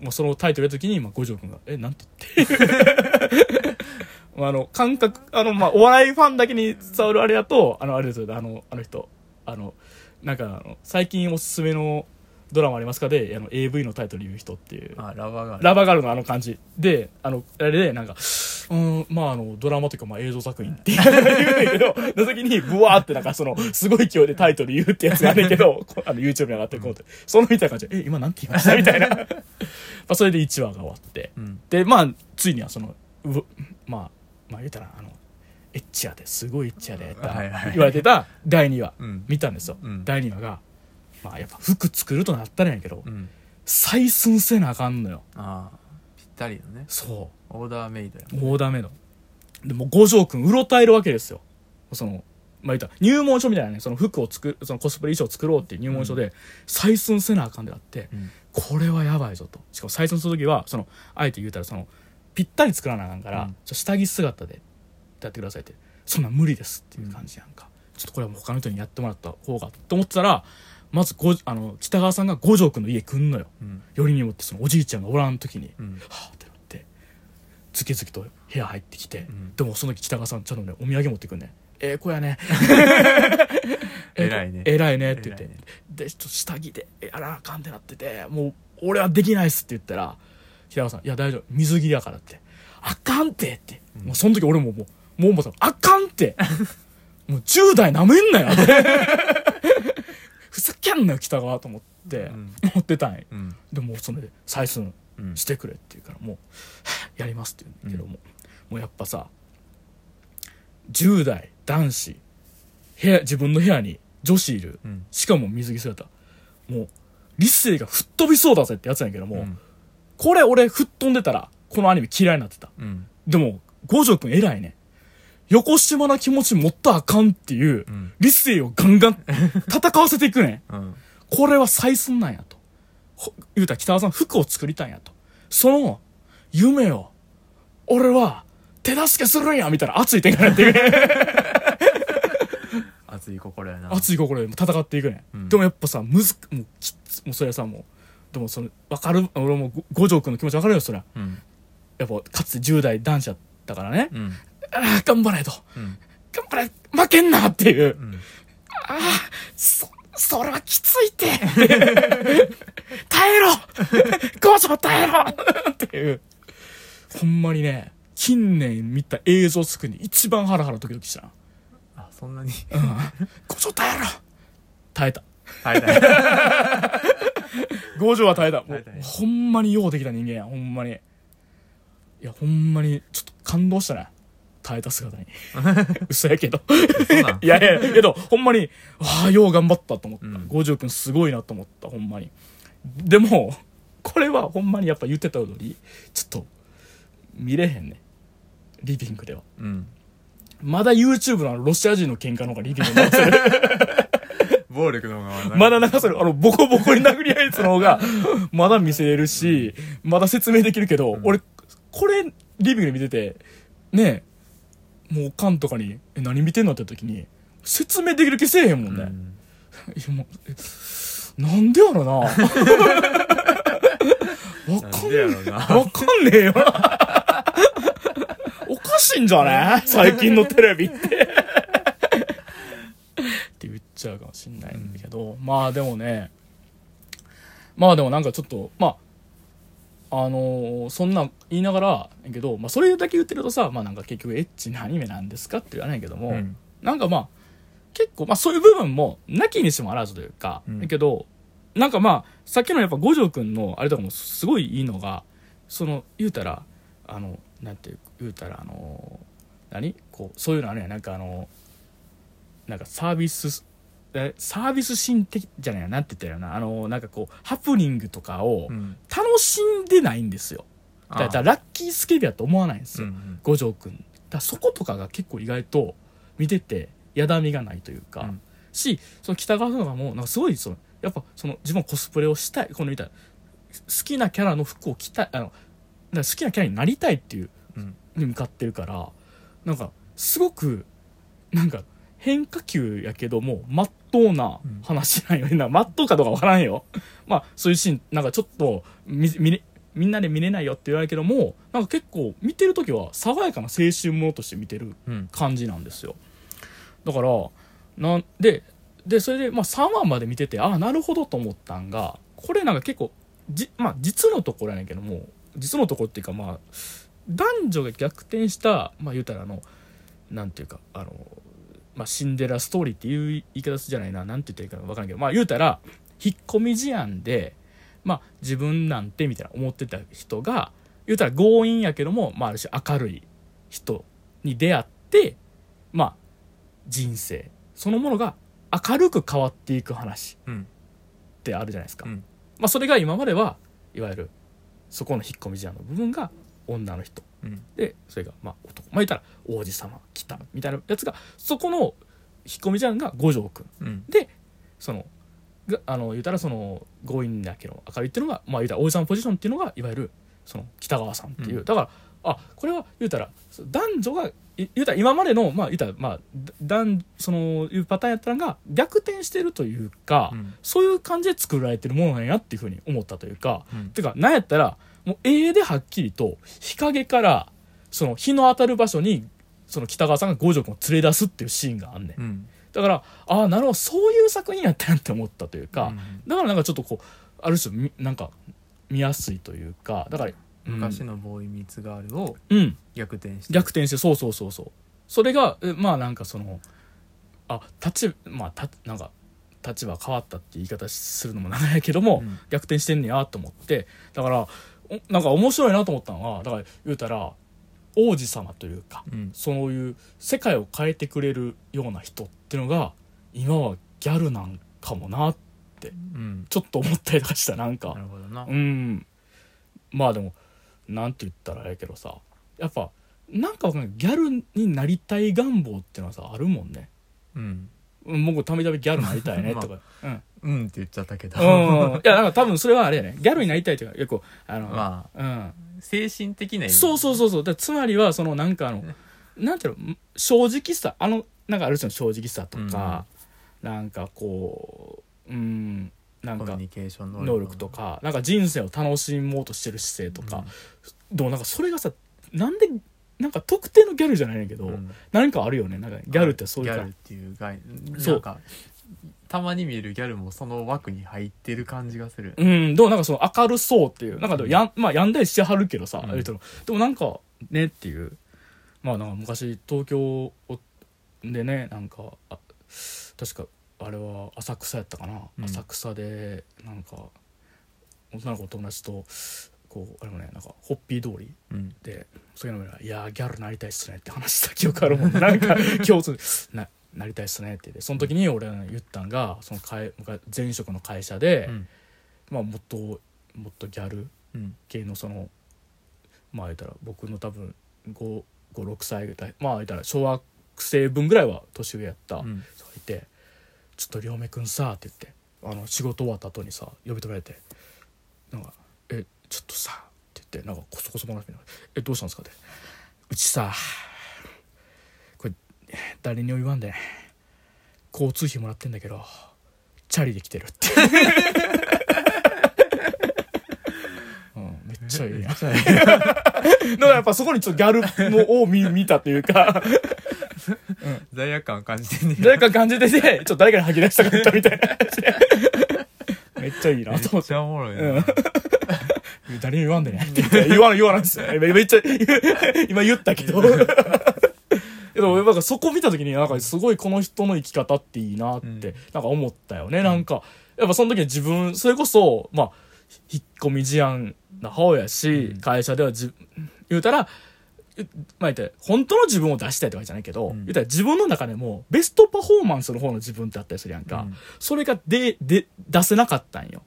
[SPEAKER 1] まあ、そのタイトルやった時に、まあ、五条君が「えなんて言って まああの感覚あの、まあ、お笑いファンだけに伝わるあれだとあのあれですよあのあの人あのなんかあの最近おすすめのドラマありますかであの AV のタイトル言う人っていう
[SPEAKER 2] あラバーがある
[SPEAKER 1] ラバーガールのあの感じであのあれでなんかうんまああのドラマというかまあ映像作品って言うんだけどの時にブワーってなんかそのすごい勢いでタイトル言うってやつがあるけどこあの YouTube に上がってるこうってそのみたいな感じで「え今なんて言いました?」みたい なまあそれで1話が終わって
[SPEAKER 2] うん
[SPEAKER 1] でまあついにはそのうまあまあ言うたらあのエッチやですごいエッチやでって
[SPEAKER 2] はいはい
[SPEAKER 1] 言われてた第2話
[SPEAKER 2] うん
[SPEAKER 1] 見たんですよ、
[SPEAKER 2] うん
[SPEAKER 1] 第2話がまあやっぱ服作るとなったらやけど
[SPEAKER 2] うん
[SPEAKER 1] 採寸せなあかんのよ
[SPEAKER 2] ああぴったりのね
[SPEAKER 1] そう
[SPEAKER 2] オーダーメイドやね
[SPEAKER 1] もうダメだ。でも、五条くん、うろたえるわけですよ。その、まあ、言ったら入門書みたいなね、その服を作る、そのコスプレ衣装を作ろうっていう入門書で、採寸せなあかんであって、
[SPEAKER 2] うん
[SPEAKER 1] これはやばいぞと。しかも採寸するときは、その、あえて言うたら、その、ぴったり作らなあかんから、
[SPEAKER 2] うん
[SPEAKER 1] ちょ下着姿でやってくださいって、そんなん無理ですっていう感じやんか。ちょっとこれはもう他の人にやってもらった方がと思ってたら、まずごあの北川さんが五条くんの家来んのよ
[SPEAKER 2] うん
[SPEAKER 1] よりにもってそのおじいちゃんがおらん時に
[SPEAKER 2] うん
[SPEAKER 1] はあってなってズキズキと部屋入ってきて、
[SPEAKER 2] ん
[SPEAKER 1] でもその時北川さんちゃんとねお土産持ってくんねええ子やねええ子
[SPEAKER 2] 偉いね
[SPEAKER 1] 偉いねって言って、
[SPEAKER 2] 偉いね
[SPEAKER 1] でちょっと下着でやらなあかんってなっててもう俺はできないっすって言ったら北川さん「いや大丈夫水着やから」って「あかんって」って、もうその時俺ももうもうもうさんあかんって もう10代なめんなよってふざけんなよ北川と思って、
[SPEAKER 2] ん
[SPEAKER 1] 思ってたんや
[SPEAKER 2] うん
[SPEAKER 1] でもうそれで採寸
[SPEAKER 2] うん
[SPEAKER 1] してくれって言うからもう 「やります」って言うんだけども、もうやっぱさ10代男子部屋自分の部屋に女子いる、
[SPEAKER 2] うん
[SPEAKER 1] しかも水着姿もう理性が吹っ飛びそうだぜってやつなんやけども、
[SPEAKER 2] うん
[SPEAKER 1] これ俺吹っ飛んでたらこのアニメ嫌いになってた
[SPEAKER 2] うん
[SPEAKER 1] でも五条くん偉いね横島な気持ち持ったらあかんっていう
[SPEAKER 2] うん
[SPEAKER 1] 理性をガンガン戦わせていくね
[SPEAKER 2] うん
[SPEAKER 1] これは採寸なんやと。ほ言うたら北川さん服を作りたいんやと。その夢を、俺は手助けするんやみたいな熱い展開になっていくね。
[SPEAKER 2] 熱い心 やな
[SPEAKER 1] 熱い心で戦っていくね。
[SPEAKER 2] うん
[SPEAKER 1] でもやっぱさ、むずく、もうきつ、もうそれはさ、もう、でもその、わかる、俺もご五条くんの気持ちわかるよ、そりゃ。
[SPEAKER 2] うん
[SPEAKER 1] やっぱ、かつて10代男子だったからね。
[SPEAKER 2] うん
[SPEAKER 1] ああ、頑張れと。
[SPEAKER 2] うん
[SPEAKER 1] 頑張れ負けんなっていう。
[SPEAKER 2] うん
[SPEAKER 1] ああ、そ、それはきついって。 耐えろ五条耐えろっていう。ほんまにね、近年見た映像作りに一番ハラハラドキドキしたな。
[SPEAKER 2] あそんなに
[SPEAKER 1] 五条耐えろ耐えた。
[SPEAKER 2] はいはい
[SPEAKER 1] 五条は耐えた。もう
[SPEAKER 2] 耐えた
[SPEAKER 1] ほんまにようできた人間や、ほんまに。いや、ほんまに、ちょっと感動したね。耐えた 姿に。嘘やけど。
[SPEAKER 2] そうなん
[SPEAKER 1] いやいや、けど、ほんまに、ああ、よう頑張ったと思った。
[SPEAKER 2] うん
[SPEAKER 1] 五条くんすごいなと思った、ほんまに。でも、これはほんまにやっぱ言ってた通り、ちょっと、見れへんね。リビングでは。
[SPEAKER 2] うん
[SPEAKER 1] まだ YouTube のあのロシア人の喧嘩の方がリビングに流せる。
[SPEAKER 2] 暴力の方が
[SPEAKER 1] まだ流せる。あの、ボコボコに殴り合いやつの方が、 まだ見せれるし、まだ説明できるけど、俺、これ、リビングで見てて、ねえ、もうおかんとかに、え、何見てんのって言った時に、説明できる気せえへんもんね。
[SPEAKER 2] うん
[SPEAKER 1] いやもうえなんでやろなわか
[SPEAKER 2] なん
[SPEAKER 1] ん
[SPEAKER 2] で
[SPEAKER 1] ね
[SPEAKER 2] やろうな
[SPEAKER 1] わかんねえよおかしいんじゃね最近のテレビってって言っちゃうかもしんないんだけど、まあでもねまあでもなんかちょっとまああのーそんなん言いながらやけど、まあ、それだけ言ってるとさ、まあ、なんか結局エッチなアニメなんですかって言わないけども、
[SPEAKER 2] うん
[SPEAKER 1] なんかまあ、結構、まあそういう部分も、なきにしもあらずというか、
[SPEAKER 2] うん
[SPEAKER 1] だけど、なんかまあ、さっきのやっぱ五条くんのあれとかもすごいいいのが、その、言うたら、あの、なんていう、言うたら、あの、何こう、そういうのあるやんなんかあの、なんかサービス、えサービス心的じゃないな、なんて言ったらいいのかな、あの、なんかこう、ハプニングとかを
[SPEAKER 2] うん
[SPEAKER 1] 楽しんでないんですよ。だだからラッキースケベやと思わないんです
[SPEAKER 2] う
[SPEAKER 1] よ。
[SPEAKER 2] ん
[SPEAKER 1] 五条くんだからそことかが結構意外と見ててやだみがないというか、
[SPEAKER 2] うん
[SPEAKER 1] しその北川さんがもうなんかすごいそのやっぱその自分はコスプレをしたいこのみたいな好きなキャラの服を着たいあのだから好きなキャラになりたいっていう
[SPEAKER 2] うん
[SPEAKER 1] に向かってるからなんかすごくなんか変化球やけどもまっとうな話なんよね、なまっとうかどうかわからんよまあそういうシーンなんかちょっとみ見れみんなで見れないよって言われるけどもなんか結構見てる時は爽やかな青春ものとして見てる
[SPEAKER 2] うん
[SPEAKER 1] 感じなんですよだからなんででそれでまあ3話まで見ててああなるほどと思ったんがこれなんか結構じ、まあ、実のところやねんけども実のところっていうかまあ男女が逆転したまあ言うたらあのなんていうかあの、まあ、シンデレラストーリーっていう言い方じゃないななんて言ったらいいか分からんけどまあ言うたら引っ込み思案で、まあ、自分なんてみたいな思ってた人が言うたら強引やけども、まあ、ある種明るい人に出会って、まあ、人生そのものが明るく変わっていく話
[SPEAKER 2] うん
[SPEAKER 1] ってあるじゃないですか、
[SPEAKER 2] うん
[SPEAKER 1] まあ、それが今まではいわゆるそこの引っ込み思案の部分が女の人
[SPEAKER 2] うん
[SPEAKER 1] でそれがまあ男まあ言ったら王子様来たみたいなやつがそこの引っ込み思案が五条くん
[SPEAKER 2] うん
[SPEAKER 1] でそのがあの言うたらその強引だけど明るいっていうのがまあ言うたら王子さんポジションっていうのがいわゆるその北川さんっていう、
[SPEAKER 2] うん
[SPEAKER 1] だからあこれは言うたらそう男女がい言うたら今までのまあ言うたらまあだ男そのいうパターンやったのが逆転してるというか、
[SPEAKER 2] うん
[SPEAKER 1] そういう感じで作られてるものなんやっていうふうに思ったというか、
[SPEAKER 2] うん
[SPEAKER 1] てかなんやったらもう絵ではっきりと日陰からその日の当たる場所にその北川さんが五条君を連れ出すっていうシーンがあんねん
[SPEAKER 2] うん
[SPEAKER 1] だからああなるほどそういう作品やったなって思ったというか、
[SPEAKER 2] うん
[SPEAKER 1] だからなんかちょっとこうある種みなんか見やすいというかだから、うん
[SPEAKER 2] 昔のボーイミーツガールを
[SPEAKER 1] うん、
[SPEAKER 2] 逆転して
[SPEAKER 1] 逆転してそうそうそうそうそれがえまあなんかそのあ立ちまあたなんか立場変わったって言い方するのも長いけども、
[SPEAKER 2] うん
[SPEAKER 1] 逆転してんねやと思ってだからおなんか面白いなと思ったのはだから言うたら王子様というか
[SPEAKER 2] うん
[SPEAKER 1] そういう世界を変えてくれるような人ってのが今はギャルなんかもな
[SPEAKER 2] うん
[SPEAKER 1] ちょっと思ったりとかしたなんか
[SPEAKER 2] なるほど
[SPEAKER 1] う
[SPEAKER 2] な
[SPEAKER 1] んまあでもなんて言ったらあれやけどさやっぱなんかわかんないギャルになりたい願望ってのはさあるもんね
[SPEAKER 2] うん
[SPEAKER 1] うん僕たびたびギャルになりたいね
[SPEAKER 2] ま あ
[SPEAKER 1] とか、うん
[SPEAKER 2] うんって言っちゃったけど
[SPEAKER 1] うんいやなんか多分それはあれやねギャルになりたいというか結構あの、
[SPEAKER 2] ま
[SPEAKER 1] うん
[SPEAKER 2] あ精神的な意味
[SPEAKER 1] そうそうそうそうだからつまりはそのなんかあのなんていうの正直さあのなんかある種の正直さとか、なんかこううんなん
[SPEAKER 2] コミュ
[SPEAKER 1] か
[SPEAKER 2] ニケーション能力
[SPEAKER 1] 能力とかなんか人生を楽しもうとしてる姿勢とか、でもなんかそれがさなんでなんか特定のギャルじゃないねんけど、
[SPEAKER 2] うんうん
[SPEAKER 1] 何かあるよねなんかギャルってそういう
[SPEAKER 2] ギ
[SPEAKER 1] か
[SPEAKER 2] ャルっていう概念
[SPEAKER 1] そう
[SPEAKER 2] なんかたまに見るギャルもその枠に入ってる感じがする
[SPEAKER 1] うんでもなんかその明るそうっていうなんかでもやん,、まあ、やんだりしてはるけどさ、
[SPEAKER 2] うん
[SPEAKER 1] ああいう人のでもなんかねっていうまあなんか昔東京をでねなんかあ確かあれは浅草やったかな、
[SPEAKER 2] うん
[SPEAKER 1] 浅草でなんか女の子友達とこうあれもねなんかホッピー通り
[SPEAKER 2] うん
[SPEAKER 1] でそういうのが「いやーギャルなりたいっすね」って話した記憶あ るもんなんか共通でななりたいっすねって言ってその時に俺が言ったんがその会昔前職の会社で、
[SPEAKER 2] うん
[SPEAKER 1] まあ、もっともっとギャル
[SPEAKER 2] うん
[SPEAKER 1] 系のそのまあ言ったら僕の多分56歳ぐらいまあ言ったら小学生分ぐらいは年上やった
[SPEAKER 2] うん
[SPEAKER 1] 人がいて「ちょっと亮明君さ」って言ってあの仕事終わった後にさ呼び止められて「なんかえちょっとさ」って言ってなんかこそこそ話して「えどうしたんですか?」って「うちさこれ誰にも言わんで交通費もらってんだけどチャリで来てる」 って。うん、めっちゃいい やん。だからやっぱそこにちょっとギャルのを見見たというか、
[SPEAKER 2] 罪悪感感じてんね や
[SPEAKER 1] 誰か感じてて、ちょっと誰かに吐き出したかったみたいな感じで。めっちゃいいなと思
[SPEAKER 2] めっ
[SPEAKER 1] っ
[SPEAKER 2] ち
[SPEAKER 1] て。
[SPEAKER 2] ゃおもろいな、
[SPEAKER 1] うん誰にも言わんでねって言って。言わない言わないですよ。 めめっちゃ、今言ったけ ど。でも俺なんかそこ見た時になんかすごいこの人の生き方っていいなっ
[SPEAKER 2] うん
[SPEAKER 1] てなんか思ったよね、なんかやっぱその時は自分それこそまあ引っ込み思案な方やし、
[SPEAKER 2] うん
[SPEAKER 1] 会社ではじ言うたらえまあ言ったら本当の自分を出したいとかじゃないけど、
[SPEAKER 2] う
[SPEAKER 1] 言
[SPEAKER 2] ん
[SPEAKER 1] うたら自分の中でもベストパフォーマンスの方の自分ってあったりするやんか、
[SPEAKER 2] うん
[SPEAKER 1] それがでで出せなかったんよ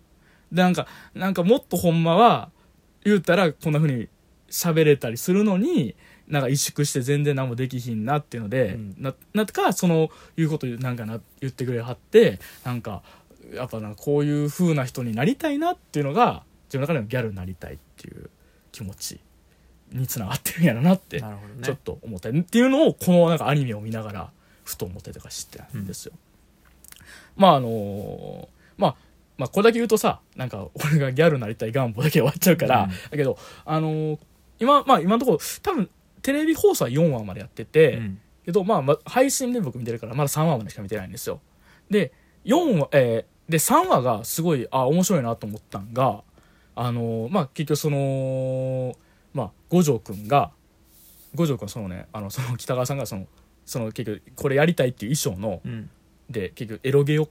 [SPEAKER 1] でなんかなんかもっとほんまは言うたらこんな風に喋れたりするのになんか萎縮して全然何もできひんなっていうので、
[SPEAKER 2] うん
[SPEAKER 1] ななんかそのいうことなんかな言ってくれはってなんかやっぱなんかこういう風な人になりたいなっていうのが自分の中でのギャルになりたいっていう気持ちにつながってるんやろなって
[SPEAKER 2] なるほどね
[SPEAKER 1] ちょっと思ったりっていうのをこのなんかアニメを見ながらふと思ったりとかしてたんですよ。まああのーまあまあこれだけ言うとさなんか俺がギャルになりたい願望だけ終わっちゃうから、
[SPEAKER 2] うん
[SPEAKER 1] だけどあのー今まあ今のところ多分テレビ放送は4話までやってて、
[SPEAKER 2] うん
[SPEAKER 1] けど、まあ、まあ配信で僕見てるからまだ3話までしか見てないんですよで4話、えーで3話がすごいあ面白いなと思ったんがあのーまあ結局そのまあ五条くんが五条くんはそのねあのその北川さんがそのその結局これやりたいっていう衣装の
[SPEAKER 2] うん
[SPEAKER 1] で結局エロゲを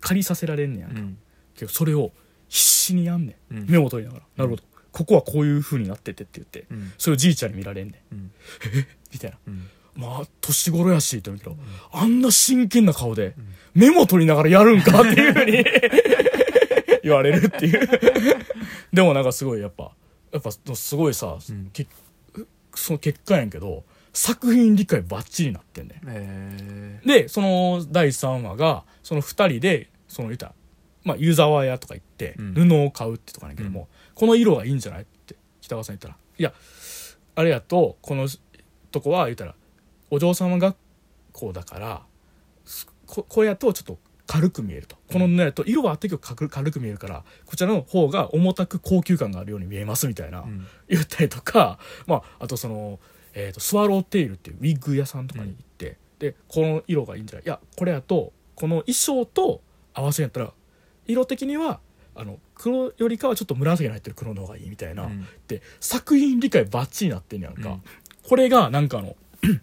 [SPEAKER 1] 借りさせられんねやん
[SPEAKER 2] う
[SPEAKER 1] か、
[SPEAKER 2] ん
[SPEAKER 1] けどそれを必死にやんね
[SPEAKER 2] うんん
[SPEAKER 1] 目を取りながら、なるほどここはこういう風になっててって言って
[SPEAKER 2] うん
[SPEAKER 1] それをじいちゃんに見られんねん
[SPEAKER 2] うん
[SPEAKER 1] みたいな
[SPEAKER 2] うん
[SPEAKER 1] まあ、年頃やし、って言うけど、あんな真剣な顔で、メモ取りながらやるんかっていうふうに言われるっていう。でもなんかすごい、やっぱ、やっぱすごいさ、
[SPEAKER 2] うん
[SPEAKER 1] けその結果やんけど、作品理解バッチリなってんねん。
[SPEAKER 2] え
[SPEAKER 1] で、その第3話が、その2人で、その言ったら、まあ、湯沢屋とか行って、
[SPEAKER 2] うん
[SPEAKER 1] 布を買うってとかねんけども、この色がいいんじゃないって、北川さん言ったら、いや、あれやとこのとこは言うたらお嬢様学校だからすここれやとちょっと軽く見えるとこの布やと色はあってけど軽く軽く見えるからこちらの方が重たく高級感があるように見えますみたいな、
[SPEAKER 2] うん
[SPEAKER 1] 言ったりとか、 まあ、あとその、えー、とスワローテイルっていうウィッグ屋さんとかに行って、でこの色がいいんじゃないいやこれやとこの衣装と合わせんやったら色的にはあの黒よりかはちょっと紫が入ってる黒の方がいいみたいな、
[SPEAKER 2] うん
[SPEAKER 1] で作品理解バッチリなってんねやんか、
[SPEAKER 2] うん
[SPEAKER 1] これがなんかあの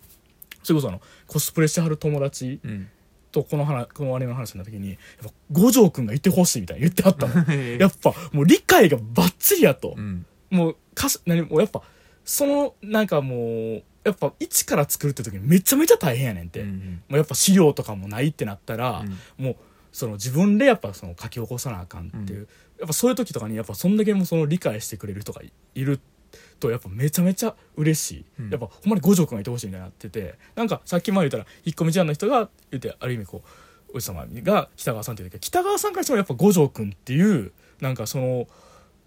[SPEAKER 1] それこそあのコスプレしてはる友達
[SPEAKER 2] うん
[SPEAKER 1] とこの話このあれの話になった時にやっぱ五条くんがいてほしいみたいな言ってはったのやっぱもう理解がバッチリやと、
[SPEAKER 2] うん
[SPEAKER 1] もう歌詞何もうやっぱそのなんかもうやっぱ一から作るって時にめちゃめちゃ大変やねんって、
[SPEAKER 2] う
[SPEAKER 1] も
[SPEAKER 2] ん
[SPEAKER 1] うやっぱ資料とかもないってなったら、
[SPEAKER 2] うん
[SPEAKER 1] もうその自分でやっぱその書き起こさなあかんっていう、やっぱそういう時とかにやっぱそんだけもうその理解してくれる人がいいるとやっぱめちゃめちゃ嬉しい、
[SPEAKER 2] うん
[SPEAKER 1] やっぱほんまに五条くんがいてほしいみたいになっててなんかさっき前言ったら引っ込みちゃんの人が言ってある意味こうおじ様が北川さんって言うけど北川さんからしてもやっぱ五条くんっていうなんかその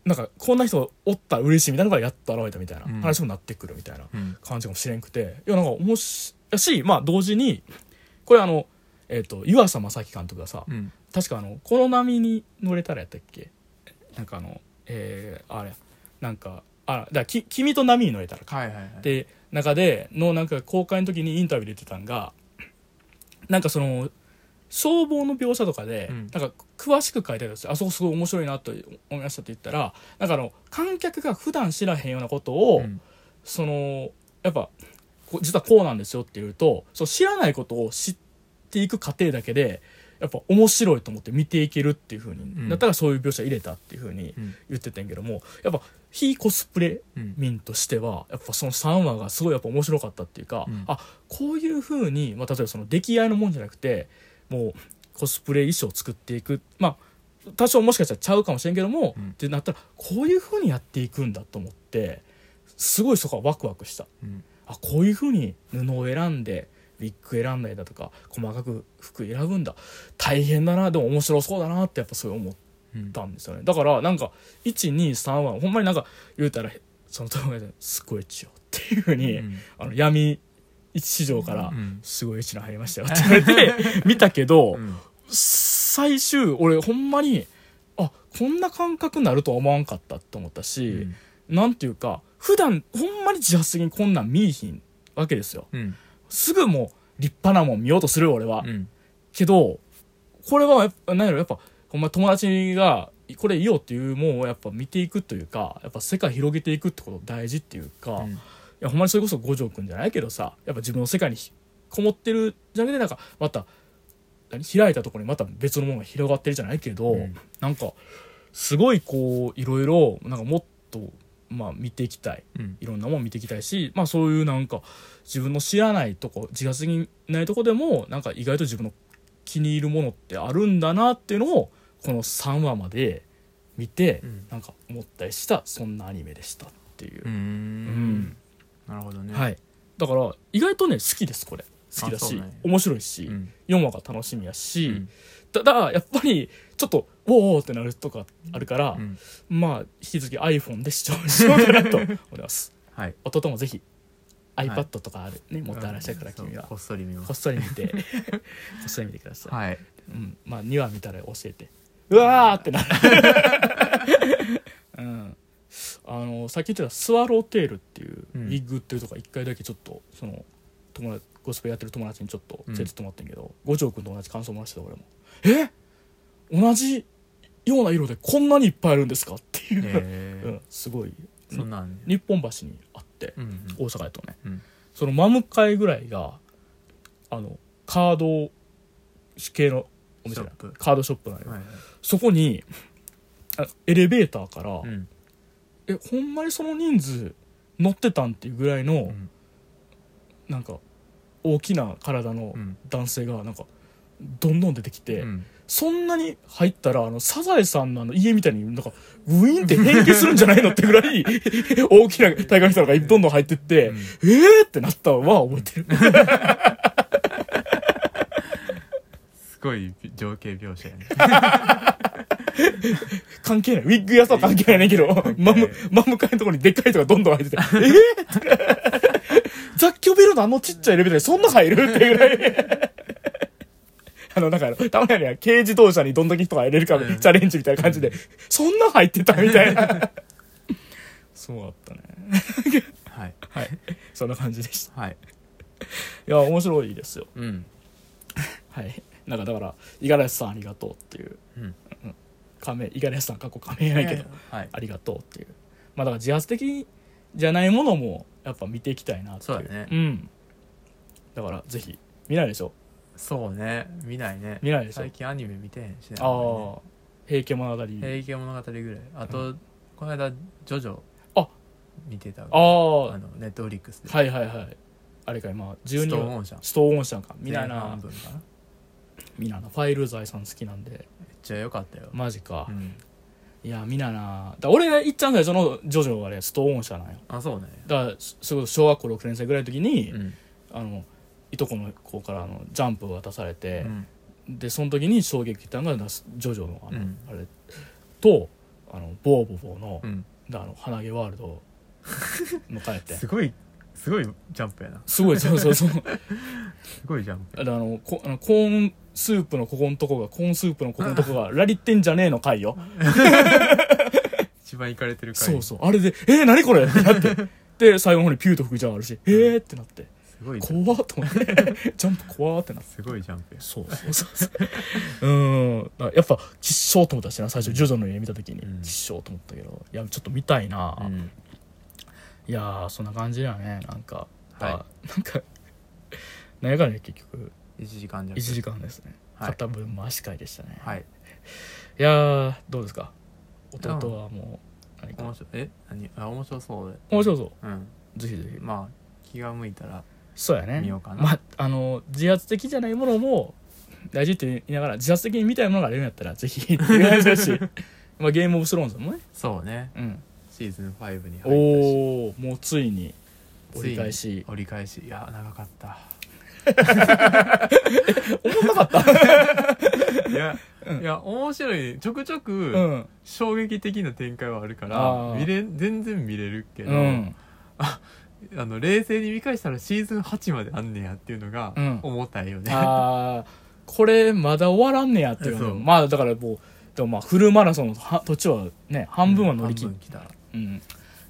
[SPEAKER 1] なんかこんな人おったら嬉しいみたいなのがやっと現れたみたいな
[SPEAKER 2] うん
[SPEAKER 1] 話もなってくるみたいな
[SPEAKER 2] うん
[SPEAKER 1] 感じかもしれんくていやなんか面白いしまあ同時にこれあのえっ、と湯浅正樹監督がさ、
[SPEAKER 2] うん
[SPEAKER 1] 確かあの「この波に乗れたら」やったっけなんかあのえー、あれなんかあだき「君と波に乗れたら」か
[SPEAKER 2] はいはいはい
[SPEAKER 1] って中でのなんか公開の時にインタビューで言ってたんがなんかその消防の描写とかで、
[SPEAKER 2] うん
[SPEAKER 1] なんか詳しく書いてあるんですよあそこすごい面白いなと思いましたって言ったらなんかあの観客が普段知らへんようなことを、
[SPEAKER 2] うん
[SPEAKER 1] そのやっぱこう実はこうなんですよっていうとそう知らないことを知っていく過程だけでやっぱ面白いと思って見ていけるっていうふうに、
[SPEAKER 2] ん
[SPEAKER 1] だったらそういう描写入れたっていうふうに
[SPEAKER 2] うん
[SPEAKER 1] 言ってたんやけどもやっぱ非コスプレ
[SPEAKER 2] うん
[SPEAKER 1] 民としてはやっぱその3話がすごいやっぱ面白かったっていうか、
[SPEAKER 2] うん
[SPEAKER 1] あこういうふうに、まあ、例えばその出来合いのもんじゃなくてもうコスプレ衣装を作っていくまあ多少もしかしたらちゃうかもしれんけども、
[SPEAKER 2] うん
[SPEAKER 1] ってなったらこういうふうにやっていくんだと思ってすごいそこはワクワクした。
[SPEAKER 2] うん
[SPEAKER 1] あこういうふうに布を選んでウィッグ選んだりだとか細かく服選ぶんだ大変だなでも面白そうだなってやっぱそう思っ
[SPEAKER 2] うん
[SPEAKER 1] たんですよねだからなんか123はほんまになんか言うたらその友達に「スコエチよ」っていうふうに、
[SPEAKER 2] うん
[SPEAKER 1] あの闇市場から
[SPEAKER 2] うん
[SPEAKER 1] 「すごいエチの入りましたよ」って言われて 見たけど、
[SPEAKER 2] うん
[SPEAKER 1] 最終俺ほんまにあこんな感覚になるとは思わんかったと思ったし、
[SPEAKER 2] うん
[SPEAKER 1] なんていうか普段ほんまに自発的にこんなん見いひんわけですよ
[SPEAKER 2] うん
[SPEAKER 1] すぐもう立派なもん見ようとするよ俺は、
[SPEAKER 2] うん
[SPEAKER 1] けどこれはやっぱ何やろやっぱほんま友達がこれいいよっていうもんをやっぱ見ていくというかやっぱ世界広げていくってこと大事っていうか、
[SPEAKER 2] う
[SPEAKER 1] い
[SPEAKER 2] ん
[SPEAKER 1] やほんまにそれこそ五条くんじゃないけどさやっぱ自分の世界にひこもってるじゃなくてなんかまた何開いたところにまた別のものが広がってるじゃないけど、
[SPEAKER 2] うん
[SPEAKER 1] なんかすごいこういろいろなんかもっとまあ見ていきたい
[SPEAKER 2] うん
[SPEAKER 1] いろんなもん見ていきたいし、まあ、そういうなんか自分の知らないとこ自発的にないとこでもなんか意外と自分の気に入るものってあるんだなっていうのをこの3話まで見て、
[SPEAKER 2] うん
[SPEAKER 1] なんか思ったりしたそんなアニメでしたっていう
[SPEAKER 2] う、んなるほどね
[SPEAKER 1] はいい、だから意外とね好きですこれ好きだ
[SPEAKER 2] あそ
[SPEAKER 1] し、
[SPEAKER 2] うなんや
[SPEAKER 1] 面白いし、
[SPEAKER 2] うん
[SPEAKER 1] 4話が楽しみやし、
[SPEAKER 2] うん
[SPEAKER 1] ただやっぱりちょっと「おーお!」ってなるとかあるから、
[SPEAKER 2] うん
[SPEAKER 1] まあ引き続き iPhone で視聴しようかなと思います。
[SPEAKER 2] はい
[SPEAKER 1] 弟もぜひ
[SPEAKER 2] い
[SPEAKER 1] iPad とかある、ね、持って話したから
[SPEAKER 2] そう
[SPEAKER 1] 君は
[SPEAKER 2] こ
[SPEAKER 1] こ
[SPEAKER 2] っそり見ます
[SPEAKER 1] っそり見 てこっそり見てください、
[SPEAKER 2] はい
[SPEAKER 1] うん、まあ2話見たら教えてうわーってなる、 うん、あのさっき言ってたスワローテールっていうウ
[SPEAKER 2] うん
[SPEAKER 1] ィッグっていうとか一回だけちょっとその友達ゴスペやってる友達にちょっと連れてってもらってんけど、五条君と同じ感想もらしてた俺もえ同じような色でこんなにいっぱいあるんですかっていう、
[SPEAKER 2] え
[SPEAKER 1] うん、すごい
[SPEAKER 2] そんなん
[SPEAKER 1] 日本橋にあって
[SPEAKER 2] うんうん
[SPEAKER 1] 大阪やとね、
[SPEAKER 2] うん
[SPEAKER 1] その真向かいぐらいがあのカード系のお店だ
[SPEAKER 2] ショップ
[SPEAKER 1] カードショップなのよ、
[SPEAKER 2] はいはい
[SPEAKER 1] そこにあエレベーターから、
[SPEAKER 2] うん
[SPEAKER 1] えほんまにその人数乗ってたんっていうぐらいの、
[SPEAKER 2] ん
[SPEAKER 1] なんか大きな体の
[SPEAKER 2] うん
[SPEAKER 1] 男性がなんかどんどん出てきて、
[SPEAKER 2] うん
[SPEAKER 1] そんなに入ったらあのサザエさんのあの家みたいになんかウィーンって変形するんじゃないのってぐ らい大きな体感したのがどんどん入ってって、
[SPEAKER 2] うん
[SPEAKER 1] えーってなったのは覚えてる。
[SPEAKER 2] すごい情景描写やね
[SPEAKER 1] 関係ない。ウィッグ屋とは関係ないねんけど、マム、マム会のところにでっかいとかどんどん入 ってて、えぇ、雑居ビルのあのちっちゃいレベルでそんな入るっていうぐらい。あの、なんかあの、たまには軽自動車にどんだけ人が入れるか、
[SPEAKER 2] うん
[SPEAKER 1] チャレンジみたいな感じで、そんな入ってたみたいな。そうだったね。
[SPEAKER 2] はい
[SPEAKER 1] はい。そんな感じでした。
[SPEAKER 2] はい
[SPEAKER 1] いや、面白いですよ。
[SPEAKER 2] うん
[SPEAKER 1] はい。なんかだから、五十嵐さんありがとうっていう、
[SPEAKER 2] うん
[SPEAKER 1] 仮名、五十嵐さん過去仮名やないけど、
[SPEAKER 2] はい
[SPEAKER 1] ありがとうっていう。まあだから自発的じゃないものも、やっぱ見ていきたいなっていう。
[SPEAKER 2] そうだね
[SPEAKER 1] ん。だから、ぜひ、見ないでしょ
[SPEAKER 2] そうね見ないね
[SPEAKER 1] 見ないでしょ
[SPEAKER 2] 最近アニメ見てへんしね
[SPEAKER 1] ああ、平家物語。
[SPEAKER 2] あんまりね平家物語ぐらいあと、この間ジョジョ
[SPEAKER 1] あ
[SPEAKER 2] 見てた
[SPEAKER 1] ああ、は
[SPEAKER 2] あのネットフリックスで、
[SPEAKER 1] いはいはい。あれか、今、12
[SPEAKER 2] ストーン
[SPEAKER 1] 話。
[SPEAKER 2] オンシャン
[SPEAKER 1] ストーンオンシャンか。みんな
[SPEAKER 2] 前半
[SPEAKER 1] な、
[SPEAKER 2] 分かなめっ
[SPEAKER 1] みんなな、ファイル財産好きなんで、
[SPEAKER 2] ちゃ良かったよ、
[SPEAKER 1] マジか
[SPEAKER 2] う。ん、
[SPEAKER 1] いや、みんなな、だ俺がいっちゃん最初のジョジョがね、ストーンオンシャンなんよ。
[SPEAKER 2] あそうね
[SPEAKER 1] だからそそれこそ小学校6年生ぐらいの時に、
[SPEAKER 2] うん、
[SPEAKER 1] あのいとこの子からあのジャンプを渡され
[SPEAKER 2] う
[SPEAKER 1] て、
[SPEAKER 2] ん、
[SPEAKER 1] でその時に衝撃ったのがジョジョのあの、
[SPEAKER 2] うん
[SPEAKER 1] あれとあのボーボボーの,、
[SPEAKER 2] うん
[SPEAKER 1] だあの花毛ワールドの帰って
[SPEAKER 2] すごいすごいジャンプやな
[SPEAKER 1] すごいそうそうそう
[SPEAKER 2] すごいジャンプ
[SPEAKER 1] あのあのこあのコーンスープのここのとこがコーンスープのここのとこがラリってんじゃねえの回よ
[SPEAKER 2] 一番いかれてる回
[SPEAKER 1] そうそうあれで「えー、何これ?」ってなってで最後の方にピューと吹くじゃんあるし「えー?」ってなって
[SPEAKER 2] すごいジャン
[SPEAKER 1] 怖っと思って ジャンプ怖ーってなって
[SPEAKER 2] プすごいジャンプや
[SPEAKER 1] そうそうそうそう。うん。だからやっぱ、吉祥と思ったしな、最初、ジョジョの家見た時に
[SPEAKER 2] うん、
[SPEAKER 1] 吉祥と思ったけど、いや、ちょっと見たいな。
[SPEAKER 2] うん
[SPEAKER 1] いやー、そんな感じだよね、なんか。
[SPEAKER 2] は
[SPEAKER 1] なんか、 なんやかんや結局、
[SPEAKER 2] い1時間弱
[SPEAKER 1] 1時間ですね。
[SPEAKER 2] はい
[SPEAKER 1] 片分回し会でしたね。。
[SPEAKER 2] はいい
[SPEAKER 1] やー、どうですか弟はもう、何か。
[SPEAKER 2] 面白いえ何あ面白そうで
[SPEAKER 1] 面白そう
[SPEAKER 2] うん
[SPEAKER 1] う。ぜひぜひ。
[SPEAKER 2] まあ気が向いたら
[SPEAKER 1] そうやね。
[SPEAKER 2] 見ようかな
[SPEAKER 1] まあ、あの、自発的じゃないものも、大事って言いながら、自発的に見たいものがあるんやったら、ぜひ、 っていう話だし。まあ、ゲームオブスローンズもね。
[SPEAKER 2] そうね
[SPEAKER 1] うん。
[SPEAKER 2] シーズン5に入ったし
[SPEAKER 1] おおもうついに
[SPEAKER 2] つい
[SPEAKER 1] 折
[SPEAKER 2] に
[SPEAKER 1] り返し
[SPEAKER 2] 折り返しいや長かった思んなかった いや、いや面白いちょくちょ
[SPEAKER 1] う
[SPEAKER 2] く、
[SPEAKER 1] ん
[SPEAKER 2] 衝撃的な展開はあるか
[SPEAKER 1] あ
[SPEAKER 2] ら
[SPEAKER 1] ー
[SPEAKER 2] 見れ全然見れるけど、
[SPEAKER 1] うん
[SPEAKER 2] あの冷静に見返したらシーズン8まであんねやっていうのが
[SPEAKER 1] うん
[SPEAKER 2] 重たいよね、
[SPEAKER 1] ああこれまだ終わらんねやっていう
[SPEAKER 2] そう
[SPEAKER 1] のまあだからもうでもまあフルマラソンのは途中はね半分は乗り切
[SPEAKER 2] 半
[SPEAKER 1] る
[SPEAKER 2] 分来た
[SPEAKER 1] うん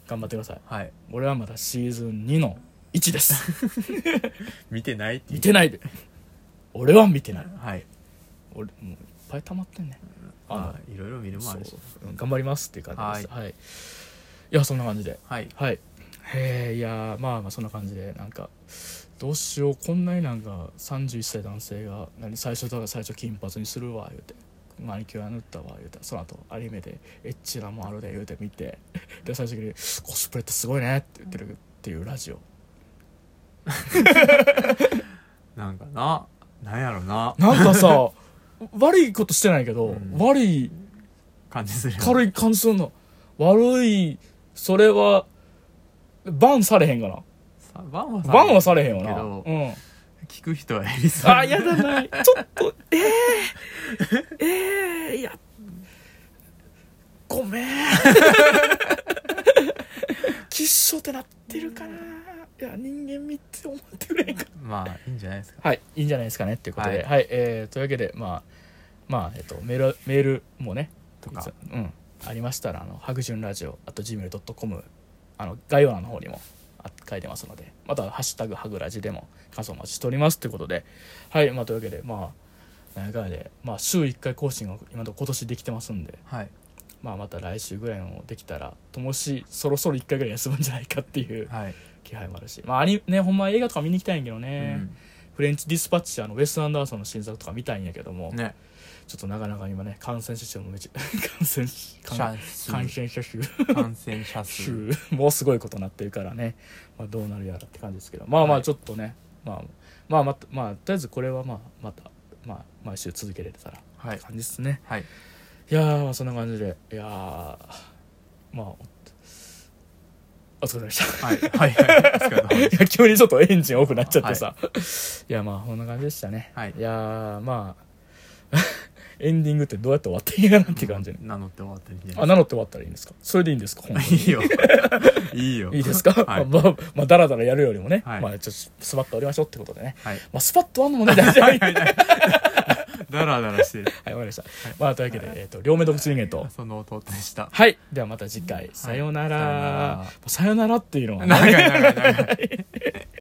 [SPEAKER 1] 頑張ってください
[SPEAKER 2] はい
[SPEAKER 1] 俺はまだシーズン2の1です
[SPEAKER 2] 見てないってい
[SPEAKER 1] 見
[SPEAKER 2] う
[SPEAKER 1] てないで俺は見てない
[SPEAKER 2] はい
[SPEAKER 1] 俺もういっぱい溜まってんね
[SPEAKER 2] あーいろいろ見るもんあるし
[SPEAKER 1] そううん頑張りますっていう感じですはいいやそんな感じで
[SPEAKER 2] はい
[SPEAKER 1] はいへえいやーまあまあそんな感じでなんかどうしようこんなになんか31歳男性が何最初だから最初金髪にするわ言うてマニキュア塗ったわ言うてその後アニメでエッチなもんあるで言うて見て で最終的に「コスプレってすごいね」って言ってるっていうラジオ
[SPEAKER 2] なんかななんやろな
[SPEAKER 1] なんか さ悪いことしてないけど、
[SPEAKER 2] うん
[SPEAKER 1] 悪い
[SPEAKER 2] 感じする
[SPEAKER 1] 軽い感じするの悪いそれはバンされへんかな
[SPEAKER 2] さバンはさ
[SPEAKER 1] バンはされへんよ
[SPEAKER 2] け
[SPEAKER 1] な
[SPEAKER 2] ど
[SPEAKER 1] うん
[SPEAKER 2] 聞く人はエリさん
[SPEAKER 1] あ、やだな。ちょっと、ええ ええいや。ごめん。 吉祥ってなってるかな。いや、人間味って思ってくれへんか。
[SPEAKER 2] まあいいんじゃないですか
[SPEAKER 1] はい、いいんじゃないですかねっていうことで。は、
[SPEAKER 2] はいい
[SPEAKER 1] えーというわけで、まあ、まあ、えっと、メール、メールもね、
[SPEAKER 2] と
[SPEAKER 1] い
[SPEAKER 2] か
[SPEAKER 1] つうん、ありましたら、あの、ハグジュンラジオ、あと gmail.com、あの、概要欄の方にもあ書いてますので、または、ハッシュタグ、ハグラジでも感想お待ちしておりますということで、はい、まあ、というわけで、まあ、なんやかんやで、まあ、週1回更新が今のところ今年できてますんで、
[SPEAKER 2] はい
[SPEAKER 1] まあ、また来週ぐらいもできたら、ともし、そろそろ1回ぐらい休むんじゃないかっていう
[SPEAKER 2] はい、
[SPEAKER 1] 気配もあるし、まあ、アニね、ほんまは映画とか見に行きたいんやけどね、フレンチディスパッチあのウェス・アンダーソンの新作とか見たいんやけども、
[SPEAKER 2] うん、ね
[SPEAKER 1] ちょっとなかなか今ね感染者数もめちゃ 感染感
[SPEAKER 2] 数
[SPEAKER 1] 感染者数
[SPEAKER 2] 感染者数
[SPEAKER 1] 数もうすごいことになってるからね、まあ、どうなるやらって感じですけどまあま
[SPEAKER 2] は
[SPEAKER 1] あ
[SPEAKER 2] い
[SPEAKER 1] ちょっとね、まあ、まあまたまあとりあえずこれはまあまた、まあ、毎週続けれたらって
[SPEAKER 2] はい
[SPEAKER 1] 感じですね
[SPEAKER 2] はい
[SPEAKER 1] いやーまあそんな感じでいやーまあおお疲れ様でした
[SPEAKER 2] はいはいはい
[SPEAKER 1] いや 急にちょっとエンジンオフになっちゃってさ、い、やまあこんな感じでしたね、
[SPEAKER 2] はい
[SPEAKER 1] やーまあエンディングってどうやって終わっていいかなっていう感じね。
[SPEAKER 2] なのって終わったり
[SPEAKER 1] あ、なのって終わったらいいんですかそれでいいんですか本当に
[SPEAKER 2] いいよいいよ
[SPEAKER 1] いいですか、
[SPEAKER 2] は い
[SPEAKER 1] まあ、まあ、まあ、だらだらやるよりもね、
[SPEAKER 2] はい
[SPEAKER 1] まあ、ちょっとスパッとおりましょうってことでね。
[SPEAKER 2] はい
[SPEAKER 1] まあ、スパッとあんのもね、大事はい、わか
[SPEAKER 2] だらだらしてる
[SPEAKER 1] りました。まあ、というわけで、えっ、と、両目洞窟人間と。
[SPEAKER 2] その弟でした
[SPEAKER 1] はい。ではまた次回、さようなら。
[SPEAKER 2] さようなら
[SPEAKER 1] もうさようならっていうのはね
[SPEAKER 2] 長い長い長い